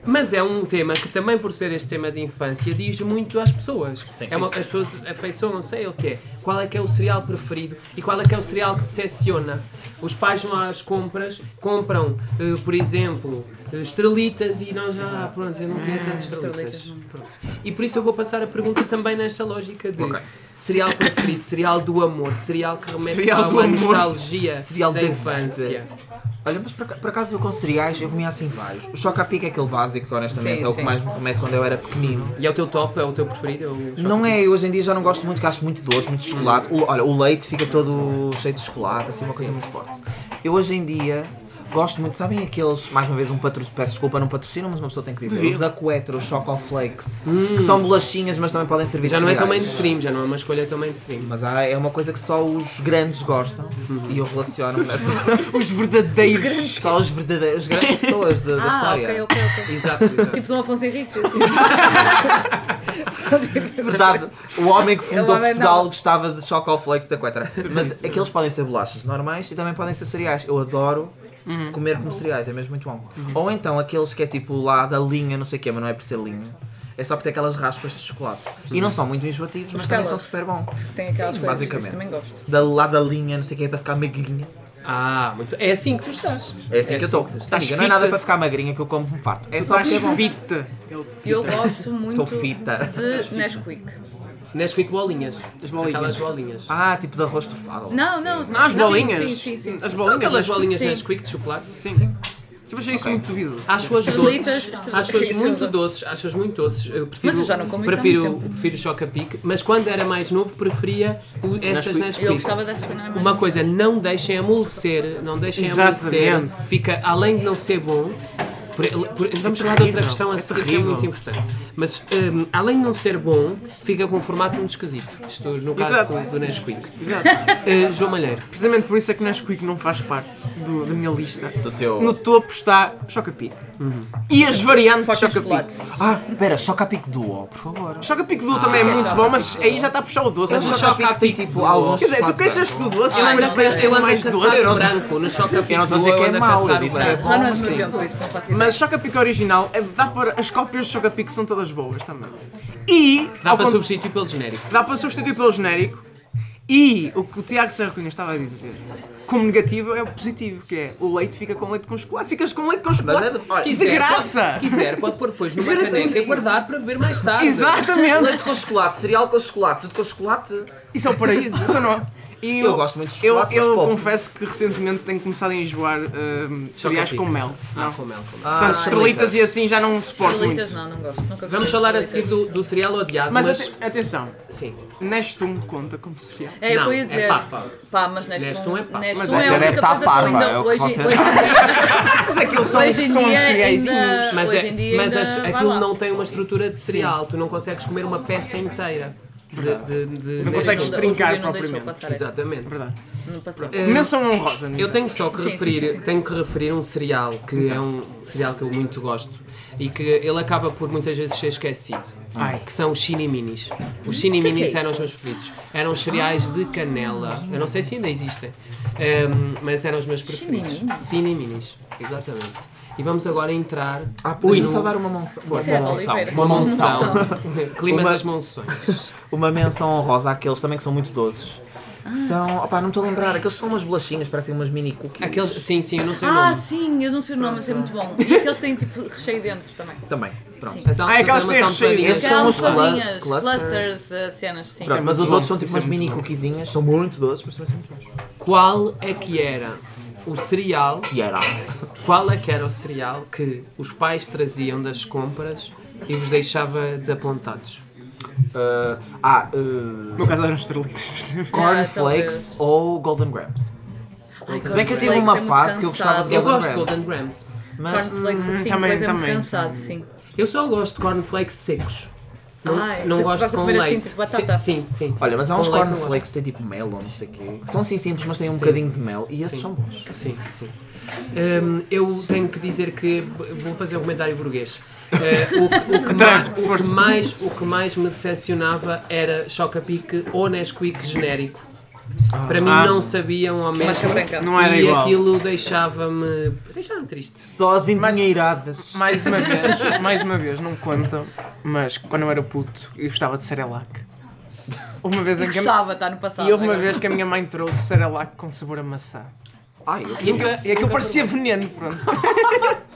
A: mas é um tema que também por ser este tema de infância diz muito às pessoas. é uma, as pessoas afeiçoam-se a ele que é qual é que é o cereal preferido e qual é que é o cereal que decepciona. Os pais vão às compras, compram, eh, por exemplo, eh, estrelitas e nós já, ah, pronto, eu não quero tantas estrelitas. Pronto. E por isso eu vou passar a pergunta também nesta lógica de cereal preferido, cereal do amor, cereal que remete
B: Cereal
A: a
B: do
A: uma
B: amor.
A: nostalgia
C: Cereal
A: da
C: da
A: infância.
C: vida. Olha, mas por, aca- por acaso eu com cereais, eu comia assim vários. O chocapic é aquele básico que honestamente
D: Sim,
C: é o que
D: sim.
C: mais me remete quando eu era pequenino.
A: E é o teu top, é o teu preferido? É o
C: Não é, eu hoje em dia já não gosto muito, que acho muito doce, muito chocolate. O- olha, o leite fica todo cheio de chocolate, assim, uma coisa muito forte. Eu hoje em dia gosto muito, sabem aqueles, mais uma vez, um patrocínio, peço desculpa, não patrocino, mas uma pessoa tem que dizer. Os da Coetra, os Choco Flakes, que são bolachinhas, mas também podem servir
A: Já
C: de
A: não é tão
C: cereais.
A: mainstream, já não é uma escolha tão mainstream.
C: Mas há- é uma coisa que só os grandes gostam e eu relaciono-me nessa. os verdadeiros. Só os verdadeiros, as grandes pessoas da, da
D: Ah,
C: história.
D: ok, ok, ok.
A: Exato, exato.
D: Tipo Dom Afonso Henrique.
C: Verdade, o homem que fundou
D: homem não.
C: Portugal gostava de chocoflakes da Coetra. Mas aqueles podem ser bolachas normais e também podem ser cereais. Eu adoro
D: Uhum.
C: comer como cereais, é mesmo muito bom. Ou então aqueles que é tipo lá da linha, não sei o quê, mas não é por ser linha. É só por ter aquelas raspas de chocolate. E
D: Uhum.
C: não são muito enjoativos, mas também são
D: Kellogg's.
C: super bom.
D: Tem aquelas
C: Sim,
D: coisas.
C: basicamente.
D: isso Também gosto.
C: Da, lá da linha, não sei o quê, para ficar magrinha.
A: Ah, muito. É assim que tu estás.
C: É assim
A: É
C: que
A: assim
C: eu estou.
A: que tu estás.
C: Amiga, não é
B: fita.
C: nada para ficar magrinha que eu como um farto. É só
B: Estás
C: que é bom.
B: fit.
D: Eu gosto muito
C: Estou fita.
D: de Nesquik.
A: Nesquik bolinhas.
B: As bolinhas.
A: Aquelas bolinhas.
C: Ah, tipo de arroz estufado.
D: Não, não.
B: Não, as
D: sim,
B: bolinhas.
D: Sim, sim, sim.
B: As
D: sim.
A: São
B: bolinhas.
A: aquelas
B: Nesquik.
A: bolinhas
D: Sim.
A: Nesquik de chocolate?
B: Sim. Sim. Sempre achei isso muito duvidoso.
A: Acho-as doces.
D: Estrelitas,
A: Acho-as
D: estrelitas.
A: muito doces. Acho-as muito doces. Eu prefiro,
D: Mas eu já não como isso há
A: prefiro,
D: muito tempo.
A: prefiro o Chocapic, mas quando era mais novo preferia o- essas
B: Nesquik.
A: Nesquik.
D: Eu gostava das bananas.
A: Uma coisa, não deixem amolecer, não deixem
B: Exatamente.
A: amolecer. Fica, além de não ser bom, por- por- vamos falar de outra questão a seguir que é
B: terrível.
A: muito importante. Mas hum, além de não ser bom, fica com um formato muito esquisito. Isto no caso
B: Exato.
A: do, do Nesquik.
B: Exato.
A: Uh, João Malheiro,
B: Precisamente por isso é que o Nesquik não faz parte do- da minha lista.
C: Do teu-
B: No topo está Chocapic. E as variantes de
D: Focas de
B: Chocapic.
D: chocolate.
C: Ah, pera, Chocapic Duo, por favor.
B: Chocapic Duo também é muito bom, mas aí já está a puxar o doce.
A: Ah, Mas
B: Esse
A: o
B: Chocapic-
A: Chocapic Duo.
C: tem tipo alguns.
B: Quer dizer, tu
C: fatos.
B: queixas-te do doce,
A: eu ando,
B: mas parece que
A: Ah, eu
B: é
A: ando
B: mais
A: a
B: doce.
A: caçar o branco no Chocapic.
C: Eu não estou a dizer
A: eu
C: que é
A: ando a
C: mau,
A: caçar
C: eu
A: o
C: disse que é
A: branco.
C: bom.
D: Já não é do
C: Sim.
D: meu tempo isso, não faço ideia.
B: Mas Chocapic original é- dá para. As cópias de Chocapic são todas boas também. E.
A: Dá
B: ao
A: para
B: con-
A: substituir pelo genérico.
B: dá para substituir pelo genérico. E o que o Tiago Serracunha estava a dizer, como negativo, é o positivo, que é o leite fica com leite com chocolate. Ficas com leite com chocolate.
C: é de- olha,
B: de graça!
A: Pode, se quiser, pode pôr depois numa
B: Gratuito.
A: caneca e guardar para beber mais tarde.
B: Exatamente!
C: Leite é com chocolate, cereal com chocolate, tudo com chocolate.
B: Isso é o paraíso, então não é? E
C: Eu gosto muito de
B: eu-
C: chocolate,
B: Eu,
C: mas pouco.
B: confesso que recentemente tenho começado a enjoar hum, cereais
A: pica.
B: com mel.
A: Ah,
B: Não.
A: com mel, com mel.
B: Portanto, estrelitas
C: estrelitas.
B: e assim já não suporto muito.
D: Estrelitas não, não gosto. Nunca gostei
A: Vamos
D: de
A: falar a seguir
D: estrelitas.
A: do, do cereal odiado,
B: Mas,
A: mas...
B: ate- atenção,
A: Sim.
B: Nestum conta como cereal.
D: É, eu
A: Não,
D: ia
A: é
D: dizer.
A: papa.
D: Pá, mas neste,
A: Neste
D: um,
A: um é pá.
D: Neste
B: Mas
D: um
B: você
D: é a
B: deve
D: única
C: estar
D: coisa que eu
C: parva,
D: ainda-
C: é o que
D: hoje,
C: você-
D: hoje,
B: Mas é aquilo são,
D: hoje em
B: são assim, é
D: dia
B: cereais
D: ainda,
A: Mas,
D: hoje
A: é,
D: em dia
A: mas
D: ainda,
A: as-
D: vai
A: aquilo
D: lá.
A: não tem uma estrutura de cereal, tu não consegues comer uma peça inteira. De, de, de-
B: Não
A: de-
B: consegues
D: Hoje em dia
B: trincar
D: não deixou
B: propriamente.
D: passar essa.
A: Exatamente.
B: Verdade.
D: Não passou.
A: Eh,
B: Menção honrosa,
A: Eu
B: Nina.
A: tenho só que
D: Sim,
A: referir,
D: sim, sim, sim.
A: tenho que referir um cereal que é um cereal que eu muito gosto e que ele acaba por muitas vezes ser esquecido.
B: Ai.
A: Que são os chiniminis. Os chiniminis
D: isso?
A: eram os meus preferidos. Eram os cereais de canela. Eu não sei se ainda existem, ehm, mas eram os meus preferidos.
D: Chiniminis?
A: Chiniminis, exatamente. E vamos agora entrar.
C: Ah,
A: Ui,
C: podia
A: no-
C: só dar uma monção.
D: Zé
C: Uma monção.
D: Oliveira.
A: uma monção. Clima
C: Uma-
A: das monções.
C: Uma menção honrosa àqueles também que são muito doces. Que São, opá, não estou a lembrar, aqueles são umas bolachinhas, parecem umas mini cookies.
A: Aqueles, sim, sim, eu não sei o
D: Ah,
A: nome.
D: sim, eu não sei o nome, mas é muito bom. E aqueles têm tipo recheio dentro também.
C: Também, pronto.
A: As
B: Ah, aquelas que têm
A: almofadas-
B: recheio.
C: Esses são
D: Aquelas
C: os clu-
D: bolinhas,
C: clusters.
D: clusters, eh, cenas, sim.
C: Pronto, mas os
B: bom.
C: outros são tipo
B: Isso é
C: umas
B: muito
C: mini
B: bom.
C: cookiezinhas, são muito doces, mas também são muito bons.
A: Qual é que era o cereal
C: E era.
A: Qual é que era o cereal que os pais traziam das compras e vos deixava desapontados?
C: ah, ah, ah,
B: No meu caso eram estrelitas, percebes?
C: Corn
D: Ah,
C: Flakes ou Golden Grams. Se bem que eu tive
D: Flakes
C: uma
D: é muito
C: fase que eu gostava de
D: cansado.
A: Eu
C: Golden
A: gosto de
C: Grams.
A: Golden Grams.
C: Mas
D: Cornflakes assim,
B: Hum, também,
D: depois é muito
B: também.
D: cansado, sim.
A: Eu só gosto de cornflakes secos. Não,
D: Ai,
A: não
D: tu
A: gosto
D: gostas de
A: com
D: comer assim,
A: leite.
D: Ah, tipo batata?
A: sim, sim, sim.
C: Olha, mas há
A: Com
C: uns
A: leite não
C: cornflakes que têm tipo mel ou não sei o quê. São sim simples, mas têm um bocadinho de mel e esses são bons.
A: gosto. Sim, sim. Hum, eu tenho que dizer que b- vou fazer um comentário burguês. Eh, o, que- o que mais,
B: Atreve-te,
A: o, que
B: força.
A: mais, o que mais me decepcionava era Chocapic ou Nesquik genérico. Para mim
B: Ah.
A: não sabiam ao mesmo.
D: Marca branca.
B: Não era
A: e
B: igual.
A: aquilo deixava-me. deixava-me triste.
C: Só as endinheiradas.
B: Mais uma vez, mais uma vez, não conta, mas quando eu era puto, eu gostava de Cerelac. Houve uma vez
D: Eu
B: em que a-
D: gostava, está no passado.
B: E houve uma
D: agora.
B: vez que a minha mãe trouxe Cerelac com sabor a maçã.
C: Ai, eu
A: Nunca,
B: E aquilo É parecia veneno, pronto.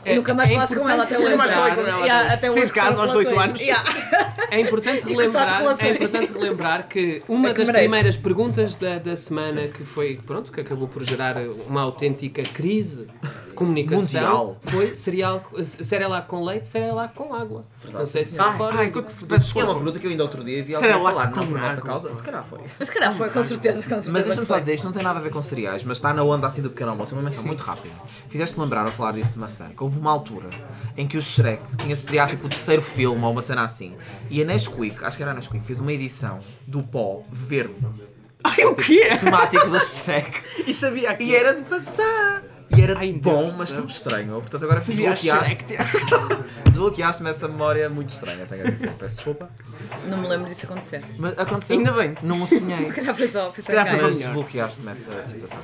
A: é,
D: Nunca mais
A: é
D: falaste com
A: importante
D: ela até hoje.
B: Nunca mais falei com
D: Yeah,
B: ela até hoje.
D: até
B: Saí
D: hoje
B: de casa
D: com
B: aos 18
D: relações.
B: anos.
D: Yeah.
A: É importante relembrar, é
D: relações.
A: importante relembrar que uma
D: É que
A: das
D: merece.
A: primeiras perguntas da, da semana que foi, pronto, que acabou por gerar uma autêntica crise de comunicação
C: Mundial.
A: foi cereal, cerealac com leite, cerealac com água. Não sei se recorda.
B: Ai, que que- peço
C: É uma
B: desculpa.
C: pergunta que eu ainda outro dia vi
B: Será
C: alguém
B: lá
C: falar,
B: que
C: não por
B: combinado?
C: nossa causa, se calhar foi.
D: Mas se calhar foi, com certeza, com certeza.
C: Mas deixa-me só
D: foi.
C: dizer, isto não tem nada a ver com cereais, mas está na onda assim do pequeno almoço, é uma menção muito rápida. Fizeste-me lembrar ao falar disso de maçã, que houve uma altura em que o Shrek tinha estreado tipo o terceiro filme ou uma cena assim, e a Nesquik, acho que era a Nesquik, fez uma edição do pó verde, Tipo,
B: Ai, o que é?
C: temático do Shrek.
B: E sabia que
C: E era de maçã. E era
B: Ai,
C: bom,
B: Deus
C: mas
B: do
C: tão estranho. Portanto, agora
B: Sabia a
C: desbloqueaste-
B: Shrek, tipo. Tiago.
C: desbloqueaste-me essa memória muito estranha, tenho a dizer. Peço desculpa.
D: Não me lembro disso acontecer. Se
C: Mas aconteceu.
B: Ainda bem.
C: Não o sonhei.
D: calhar foi só, foi só
B: calhar foi
D: engano.
C: Mas desbloqueaste-me essa situação.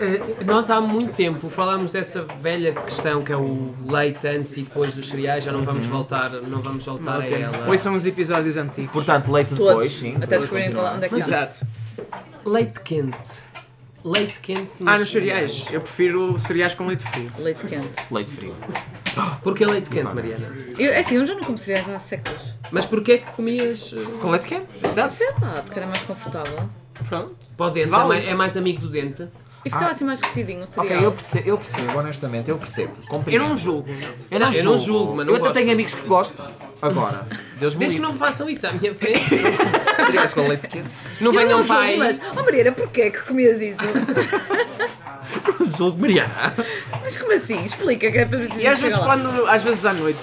A: Eh, Nós há muito tempo falámos dessa velha questão que é o leite antes e depois dos cereais, já não vamos voltar, não vamos voltar a ela.
B: Hoje são os episódios antigos.
C: Portanto, leite
D: Todos.
C: depois, sim.
D: Até
C: depois,
D: descobrirem
C: continua.
D: onde é que está.
B: Exato.
A: Leite quente. Leite quente
B: Ah, nos cereais. Eu prefiro cereais com leite frio.
D: Leite quente.
C: Leite frio.
A: Porquê é leite quente, Mariana?
D: Eu, é assim, eu já não como cereais há séculos.
A: Mas porquê é que comias eh,
B: Com leite quente. Exato.
D: Sei lá, porque era mais confortável.
B: Pronto.
A: para o dente?
B: Vale.
A: É mais- É mais amigo do dente?
D: E ficava assim mais retidinho o cereal.
C: Ok, eu percebo, eu percebo, honestamente, eu percebo.
B: Eu
C: Compreendo.
B: não julgo.
C: Eu não,
A: eu não julgo, mas não
C: Eu até
A: gosto.
C: tenho amigos que gostam. Agora, Deus me
A: Desde que
C: livre.
A: não façam isso à minha frente.
C: Cereais com leite quente.
A: Não
D: Eu
A: venham
D: não julgo,
A: pai.
D: mas, oh Mariana, porquê é que comias isso?
C: Julgo, Mariana.
D: Mas como assim? Explica que é para dizer
B: E às vezes
D: chegar lá.
B: quando, às vezes à noite,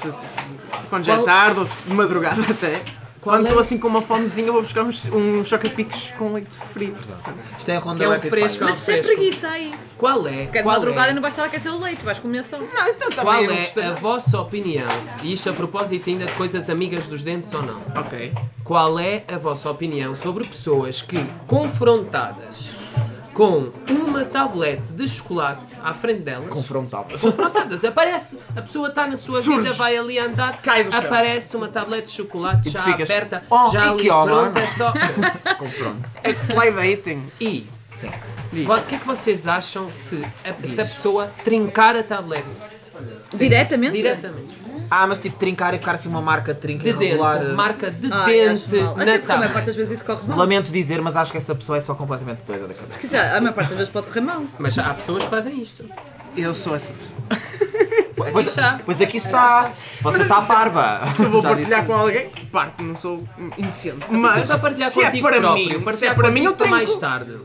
B: quando já é
A: Qual-
B: tarde ou de madrugada até, quando
A: é?
B: estou assim com uma fomezinha vou buscar uns, uns choca-picos com leite frio.
C: Isto é a ronda
A: É um
C: rapid
A: fresco,
C: fire.
A: é um
D: Mas isso é
A: fresco.
D: preguiça aí.
A: Qual é?
D: Porque de
A: Qual
D: madrugada
A: é?
D: não vais estar a aquecer o leite, vais comer só.
B: Não, então também
A: Qual
B: eu não
A: é
B: gostei.
A: a vossa opinião? E isto a propósito ainda de coisas amigas dos dentes ou não?
B: Ok.
A: Qual é a vossa opinião sobre pessoas que, confrontadas com uma tablete de chocolate à frente delas,
C: Confrontava-se.
A: confrontadas, tá, aparece, a pessoa está na sua
B: Surge.
A: vida, vai ali andar,
B: Cai do chão.
A: aparece uma tablete de chocolate
C: E tu
A: já
C: ficas,
A: aberta,
C: "Oh, e
A: já ali
C: que homem."
A: pronta, é só... É
C: Confronto.
B: It's light dating.
A: E
C: Sim.
A: vo- o que é que vocês acham se a, se a pessoa trincar a tablete
D: Diretamente?
A: diretamente?
C: Ah, mas tipo trincar e ficar assim uma marca de trinca
A: De dente,
C: irregular. eh,
A: marca de
D: Ai, acho
A: dente
D: mal. Até
A: na
D: porque a maior
A: tablete.
D: parte das vezes isso corre mal.
C: Lamento dizer, mas acho que essa pessoa é só completamente doida da cabeça.
D: Se quiser, a maior parte das vezes pode correr mal.
A: Mas há pessoas que fazem isto.
B: Eu sou assim. essa pessoa.
A: Aqui está.
C: Pois aqui está. Você está parva.
B: Se eu vou
C: Já
B: partilhar
C: disse
B: com
C: isso.
B: alguém, parte, não sou inocente.
A: Mas
B: Mas
A: para partilhar
B: se é
A: contigo
B: para
A: próprio,
B: mim, se
A: partilhar
B: é para mim, eu
A: contigo para
B: trinco.
A: mais tarde.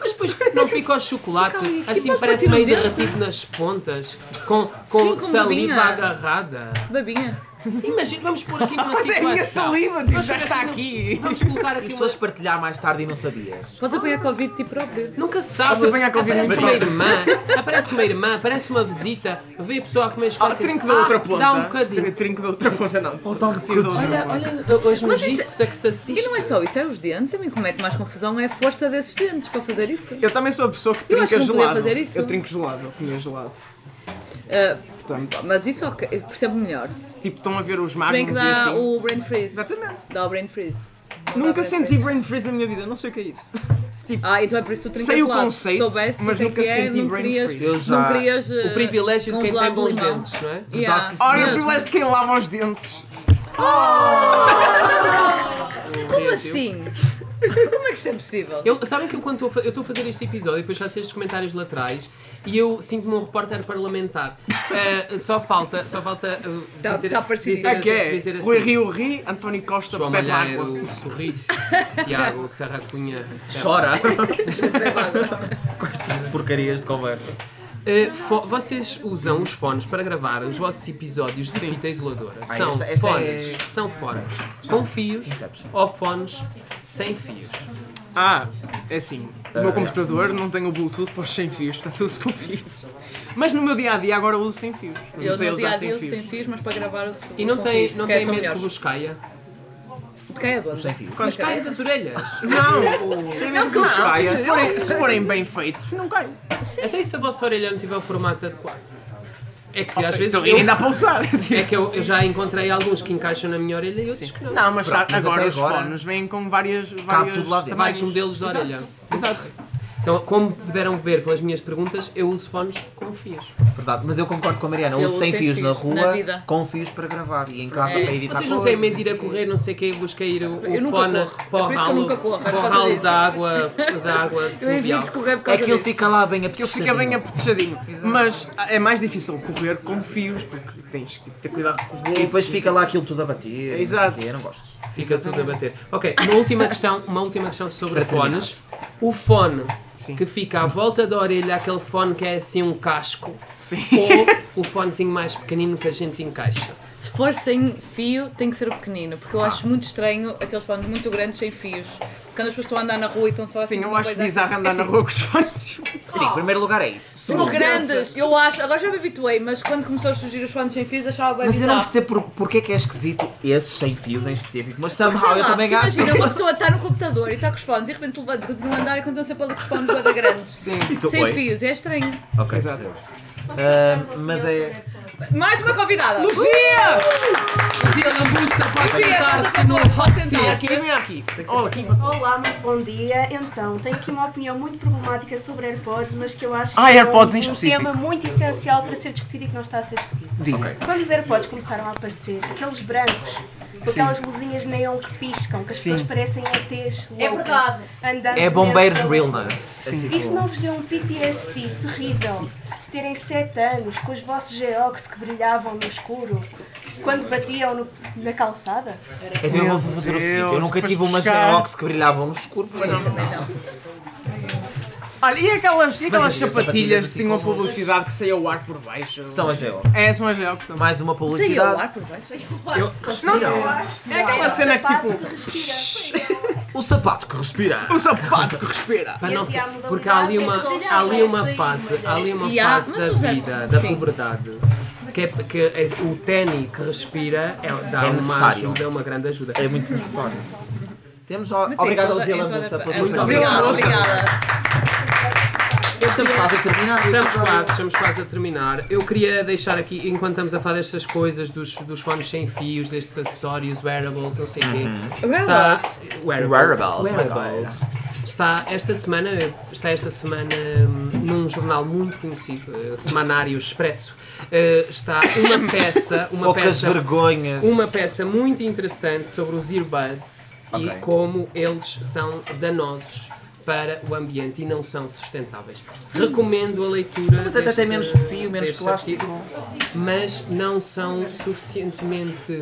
A: Mas depois não fica ao chocolate, assim
D: depois
A: parece
D: partir
A: meio
D: o dente.
A: derretido nas pontas, com, com
D: Sim, com
A: saliva
D: babinha.
A: agarrada.
D: Babinha.
A: Imagina, vamos pôr aqui numa
B: Mas é a
A: situação.
B: minha saliva, tipo,
A: Vamos
B: já
A: pôr
B: está
A: num-
B: aqui.
A: Vamos colocar
C: E
A: aqui
C: se
A: uma...
C: fores partilhar mais tarde e não sabias?
D: Podes apanhar Covid de ti próprio.
A: Nunca se sabe,
B: Posso apanhar Covid
A: aparece
B: no
A: uma
B: barco?
A: irmã, aparece uma irmã, aparece uma visita, vê a pessoa a comer
B: Ah,
A: chocolate e
B: trinco
A: diz,
B: da outra
A: "Ah,
B: ponta.
A: Dá um bocadinho.
B: Trin- Trinco da outra ponta, não. Ou dá um bocadinho.
A: Olha, olha as
D: Mas isso-
A: nojices a que se
D: E não é
A: assiste.
D: só isso, é os dentes. A mim que me mete mais confusão é a força desses dentes para fazer isso.
B: Eu também sou a pessoa que
D: Eu acho
B: trinca
D: que não podia
B: gelado.
D: fazer isso.
B: Eu trinco gelado, eu comia gelado.
D: Ah,
B: Portanto,
D: mas isso ok, eu percebo melhor.
B: tipo, estão a ver os
D: Se bem que
B: magnums e
D: dá
B: assim.
D: o brain freeze.
B: Exatamente.
D: Dá o brain freeze. Não dá
B: Nunca
D: brain
B: senti
D: freeze.
B: brain freeze na minha vida, não sei o que é isso.
D: Ah, então é por isso que tu trincas
B: Sei o
D: lá.
B: conceito,
D: Se soubesse
B: mas
D: o que é
B: nunca
D: que é,
B: senti
D: não
B: brain
D: querias,
B: freeze.
C: Eu já-
D: Não querias, eh,
A: O privilégio de quem tem
D: congelado
A: bons
D: limão.
A: dentes, não é?
D: Yeah.
C: Dá-se-
B: Ora, o
D: Yeah.
B: privilégio de quem lava os dentes.
D: Como assim? Como é que isto é possível?
A: Eu, sabem que eu quando estou a fa- eu estou a fazer este episódio e depois faço estes comentários laterais e eu sinto-me um repórter parlamentar. Eh, só falta, só falta uh,
D: Tá-
A: dizer,
D: tá
A: assim-
D: parecido.
A: dizer,
B: É que é.
A: dizer assim.
B: Rui Rio ri, António Costa
A: João
B: bebe água.
A: Malheiro, Sorri, Tiago, Serra Cunha.
C: Chora. Com estas porcarias de conversa.
A: Eh, fo- vocês usam os fones para gravar os vossos episódios de fita isoladora. São
C: esta- esta é-
A: fones, são fones com fios ou fones sem fios.
B: Ah, é assim. O meu computador não tem o Bluetooth para os sem fios, está tudo com fios. Mas no meu dia a dia agora uso sem fios. Eu não
D: Eu
B: sei
D: no dia
B: usar
D: a
B: sem
D: dia
B: fios.
D: sem fios, mas para gravar o segundo.
A: E não tem, não
D: é
A: tem medo que
D: melhor.
A: vos caia?
D: De quem é dono? Sem fios.
A: Mas caia das orelhas.
B: Não, tem medo que os caia. Se forem, se forem bem feitos, não cai.
A: Até Então, e se a vossa orelha não tiver o formato adequado? É que às vezes
B: Então,
A: eu,
B: ainda assim- dá para usar.
A: é que eu, eu já encontrei alguns que encaixam na minha orelha e outros que não.
B: Não, mas, sabe,
C: mas
B: agora
C: até
B: os
C: agora-
B: fones vêm com várias. várias
C: tudo lá dentro.
A: Vários
D: é
B: tamanhos.
A: modelos de orelha.
B: Exato.
A: Então, como puderam ver pelas minhas perguntas, eu uso fones com fios.
C: Verdade, mas eu concordo com a Mariana.
D: Eu
C: Uso sem fios na rua,
D: na vida. É.
C: com fios para gravar e em casa para
B: Tipo
C: editar
A: Vocês não têm
C: coisas.
A: medo de ir a correr, não sei o que, vos cair o,
D: Eu
A: o
D: nunca
A: fone para o
D: corro. É por isso que eu
A: ralo,
D: nunca corro, é por
A: para o
D: causa
A: ralo
D: disso.
A: da água, da água
D: Eu
A: pluvial.
D: evito correr por
C: É
D: causa
C: que ele
D: disso.
C: fica lá bem
B: Ele fica bem aproteadinho. Mas é mais difícil correr com fios, porque tens que ter cuidado com o bolso.
C: E depois fica lá aquilo tudo a bater.
B: Exato.
C: Exato. Eu não gosto.
A: Fica tudo a bater. Ok, uma última questão, uma última questão sobre fones. O fone que fica à volta da orelha, aquele fone que é assim um casco, ou o fonezinho mais pequenino que a gente encaixa.
D: Se for sem fio, tem que ser o pequenino, porque eu acho muito estranho aqueles fones muito grandes sem fios. Quando as pessoas estão a andar na rua e estão só assim.
B: Sim, eu
D: uma
B: acho
D: coisa
B: bizarro andar na rua com os fones.
C: Sim, em primeiro lugar é isso.
D: assim. Os grandes, eu acho, agora já me habituei, mas quando começou a surgir os fones sem fios achava bem
C: Mas eu não
D: bizarro.
C: percebo por, porque é que é esquisito esses sem fios em específico, mas
D: Sei
C: somehow
D: é, lá,
C: Ah, eu também
D: porque
C: acho.
D: Imagina, uma pessoa está no computador e está com os fones e de repente levanta-se, continua a andar e continua sempre ali com os fones bué da grandes.
B: Sim.
C: E tu,
D: Sem
C: oi.
D: fios, é estranho.
C: Ok,
B: Exato.
C: percebo. Ah, mas é.
D: Mais uma convidada.
B: Lucia!
A: Tia Lambuça pode
D: Tia,
A: sentar-se
D: faz
A: no
D: a favor,
A: hot
D: pode
B: Vem
A: seat.
B: aqui, vem aqui. Oh, aqui.
C: É
G: Olá, muito bom dia. Então, tenho aqui uma opinião muito problemática sobre AirPods, mas que eu acho
B: Ah,
G: que
B: AirPods
G: é
B: em
G: um, um
B: específico.
G: tema muito essencial para ser discutido e que não está a ser discutido.
B: Diga.
G: Quando os AirPods começaram a aparecer, aqueles brancos, com
B: Sim.
G: aquelas luzinhas neon que piscam, que as
B: Sim.
G: pessoas parecem ETs loucas,
E: É verdade.
G: andando
C: É bombeiros
G: dentro da-
C: realness. É tipo-
G: Isto não vos deu um PTSD terrível de terem 7 anos com os vossos Geox que brilhavam no escuro quando batiam no- na calçada?
C: Então eu vou
B: Meu
C: fazer o
B: Deus,
C: seguinte, eu nunca
B: foste
C: tive umas
B: buscar.
C: Xerox que brilhavam no escuro, portanto,
B: Olha, e aquelas, e
C: Mas
B: aquelas
C: havia
B: sapatilhas
C: sapatilhas
B: que tinham a
C: assim com-
B: publicidade que saía o ar por baixo?
C: são as Xerox.
B: É, são as Geox também.
C: Mais uma
D: Sei eu,
C: publicidade.
D: ar por baixo.
C: Respira.
B: É aquela cena que
G: Sapato
B: tipo.
G: que respira.
C: O sapato que respira.
B: O sapato que respira.
A: Para não-
G: E havia a
A: porque há ali
G: modalidade
A: uma,
G: que
A: há ali uma
G: só
A: fase,
G: aparece
A: há ali uma
D: E há-
A: fase
D: mas
A: da
D: os Air-
A: vida, da
D: Sim.
A: puberdade, que, é, que é- o tênis que respira é, dá
C: É
A: uma
C: necessário.
A: ajuda, uma grande ajuda.
C: É muito necessário. Temos ó,
D: Mas sim,
C: obrigado ao
D: toda-
C: Zila
D: em toda
C: Moça
D: a-
C: pela
D: é,
C: sua
A: Muito
D: Obrigada,
C: presença.
D: obrigada.
C: Estamos quase a terminar.
A: Estamos quase, estamos quase a terminar. Eu queria deixar aqui, enquanto estamos a falar destas coisas, dos, dos fones sem fios, destes acessórios, wearables, não sei o quê. Está,
C: Wearables,
A: wearables, wearables. Está esta semana, está esta semana hum, num jornal muito conhecido, eh, Semanário Expresso, eh, está uma peça, uma
C: Poucas
A: peça
C: vergonhas.
A: uma peça muito interessante sobre os earbuds
C: Ok.
A: e como eles são danosos para o ambiente e não são sustentáveis. Recomendo a leitura.
C: Mas até tem
A: deste-
C: menos fio, menos
A: deste
C: plástico.
A: artigo, mas não são suficientemente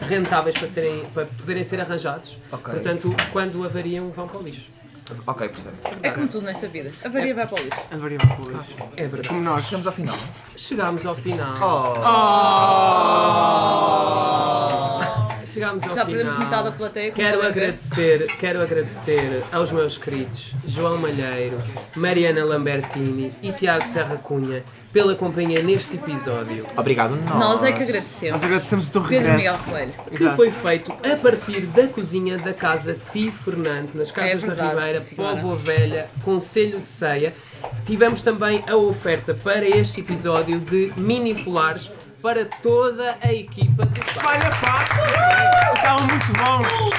A: rentáveis para, serem, para poderem ser arranjados.
C: Ok.
A: Portanto, quando avariam, vão para o lixo.
C: Ok, percebo.
D: É como tudo nesta vida. A varia vai para o lixo.
B: Adorava com isso.
A: É verdade.
B: Nós.
C: Chegamos ao final.
A: Chegámos ao final.
C: Oh,
A: Chegámos ao
D: Já
A: final.
D: perdemos metade da plateia. um como
A: Quero
D: podem ver.
A: agradecer, quero agradecer aos meus queridos João Malheiro, Mariana Lambertini e Tiago Serra Cunha pela companhia neste episódio,
C: Obrigado, nós.
D: Nós é que agradecemos.
B: Nós agradecemos o teu
D: Pedro Miguel
B: regresso.
D: Coelho.
A: que
B: Exato.
A: foi feito a partir da cozinha da casa Ti Fernando, nas Casas da
D: É verdade,
A: Ribeira,
D: senhora.
A: Povoa Velha, Conselho de Ceia. Tivemos também a oferta para este episódio de mini folares para toda a equipa do Faro.
B: Olha, pá, estavam muito bons.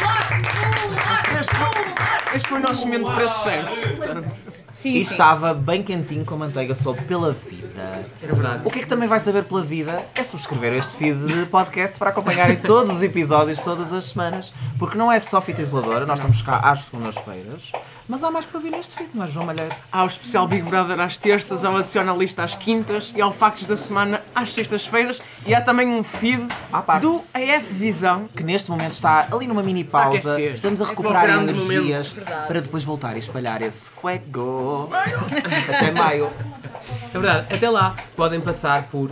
B: Este foi, este foi o nosso momento para certo.
D: Sim,
C: E
D: sim.
C: estava bem quentinho com manteiga sobre pela vida.
A: É verdade.
C: O que é que também vai saber pela vida é subscrever este feed de podcast para acompanharem todos os episódios todas as semanas, porque não é só fita isoladora, nós estamos cá às segundas-feiras, mas há mais para vir neste feed, não é, João Malheiro?
B: Há o especial Big Brother às terças, há o adicionalista às quintas e há o Factos da Semana às sextas-feiras e há também um feed
C: À parte.
B: do AF Visão.
C: Que neste momento está ali numa mini pausa,
B: aquecer.
C: estamos a recuperar
B: grande
C: energias
D: Verdade.
C: para depois voltar a espalhar esse fuego. Até maio.
A: É verdade, até lá podem passar por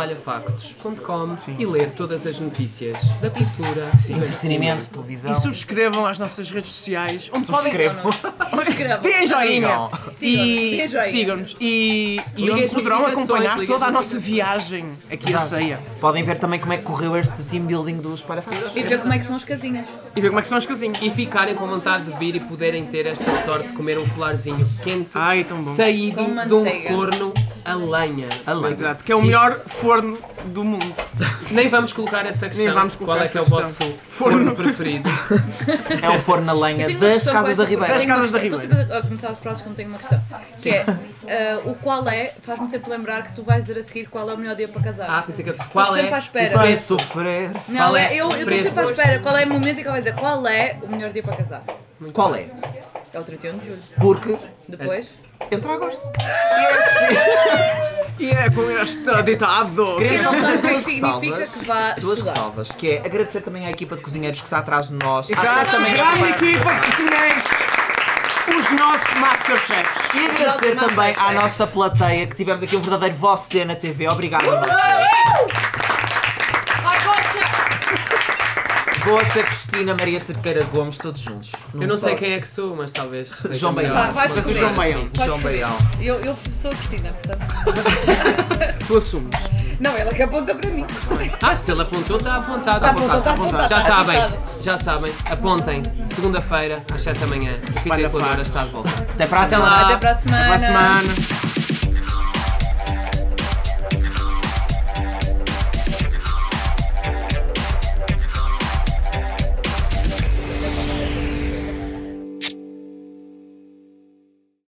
A: www.espalhafactos.com e ler todas as notícias da cultura, do
C: Entretenimento, televisão.
B: E subscrevam às nossas redes sociais, onde
C: Subscrevam.
D: Subscrevam.
B: podem. Deem joinha!
D: Deem
B: E
D: joinha.
B: sigam-nos. E, e
A: Liguem
B: onde
A: as
B: poderão
A: notificações,
B: acompanhar
A: liguem as
B: toda a nossa
A: notificações.
B: viagem aqui à é ceia.
C: Podem ver também como é que correu este team building dos Parafactos.
D: E ver como é que são as casinhas.
B: E ver como é que são as casinhas.
A: e ficarem com vontade de vir e poderem ter esta sorte de comer um colarzinho quente
B: Ai, tão bom.
A: saído
D: Com
A: de um
D: manteiga.
A: forno a lenha.
C: A lenha.
B: Exato, que é o melhor forno do mundo.
A: Nem vamos colocar essa questão.
B: Nem vamos colocar
A: Qual é que
B: essa
A: é o
B: questão.
A: vosso
B: Forno.
A: forno preferido?
C: É o forno a lenha
D: Tenho uma
C: das
D: questão
C: Casas
D: com
C: da
D: esta pergunta.
C: Ribeira.
B: Das
D: Tenho uma
B: Casas da
D: questão-
B: Ribeira.
D: Estou sempre a começar as frases como tenho uma questão. Que é, ah, o qual é, faz-me sempre lembrar que tu vais dizer a seguir qual é o melhor dia para casar.
A: Ah, pensei que qual
D: sempre à
A: é?
D: espera.
C: Vai sofrer.
D: Não,
A: Qual é
D: é, eu eu estou
A: preço?
D: sempre à espera. Qual é o momento em que ela vai dizer qual é o melhor dia para casar?
C: Qual é?
D: É o 31 de julho.
C: Porque
D: Depois,
C: entra agosto.
B: E é com este
D: quem
B: ditado.
C: Queremos
D: não sabe o que é que
C: duas
D: significa
C: ressalvas.
D: que vá
C: Duas
D: estudar.
C: ressalvas, que é agradecer também à equipa de cozinheiros que está atrás de nós.
B: Já
C: Acho também
B: também grande equipa de cozinheiros, os nossos Masterchefs.
C: E agradecer
D: Nós
C: também
D: não,
C: à
D: é.
C: nossa plateia, que tivemos aqui um verdadeiro você na TV. Obrigado a vocês. Gosta, Cristina, Maria Cerqueira Gomes, todos juntos.
A: Eu não sei quem é que sou, mas talvez. seja
C: João
A: melhor.
C: Baião.
D: Vai
A: Mas o
D: escolher.
A: João Baião.
D: Podes
C: João
D: escolher.
C: Baião.
D: Eu, eu sou a Cristina, portanto.
B: Tu assumes.
D: Não, ela que aponta para mim.
A: Ah, se ele apontou, está apontado.
D: Tá apontado, tá apontado,
A: Já
D: tá
A: sabem,
D: apontado.
A: já sabem. Apontem, segunda-feira, às 7 da manhã. Fita
B: Espalha
A: isoladora
B: factos.
A: está de volta.
C: Até Ah, para a
A: lá.
D: Até para a semana.
B: Para a semana.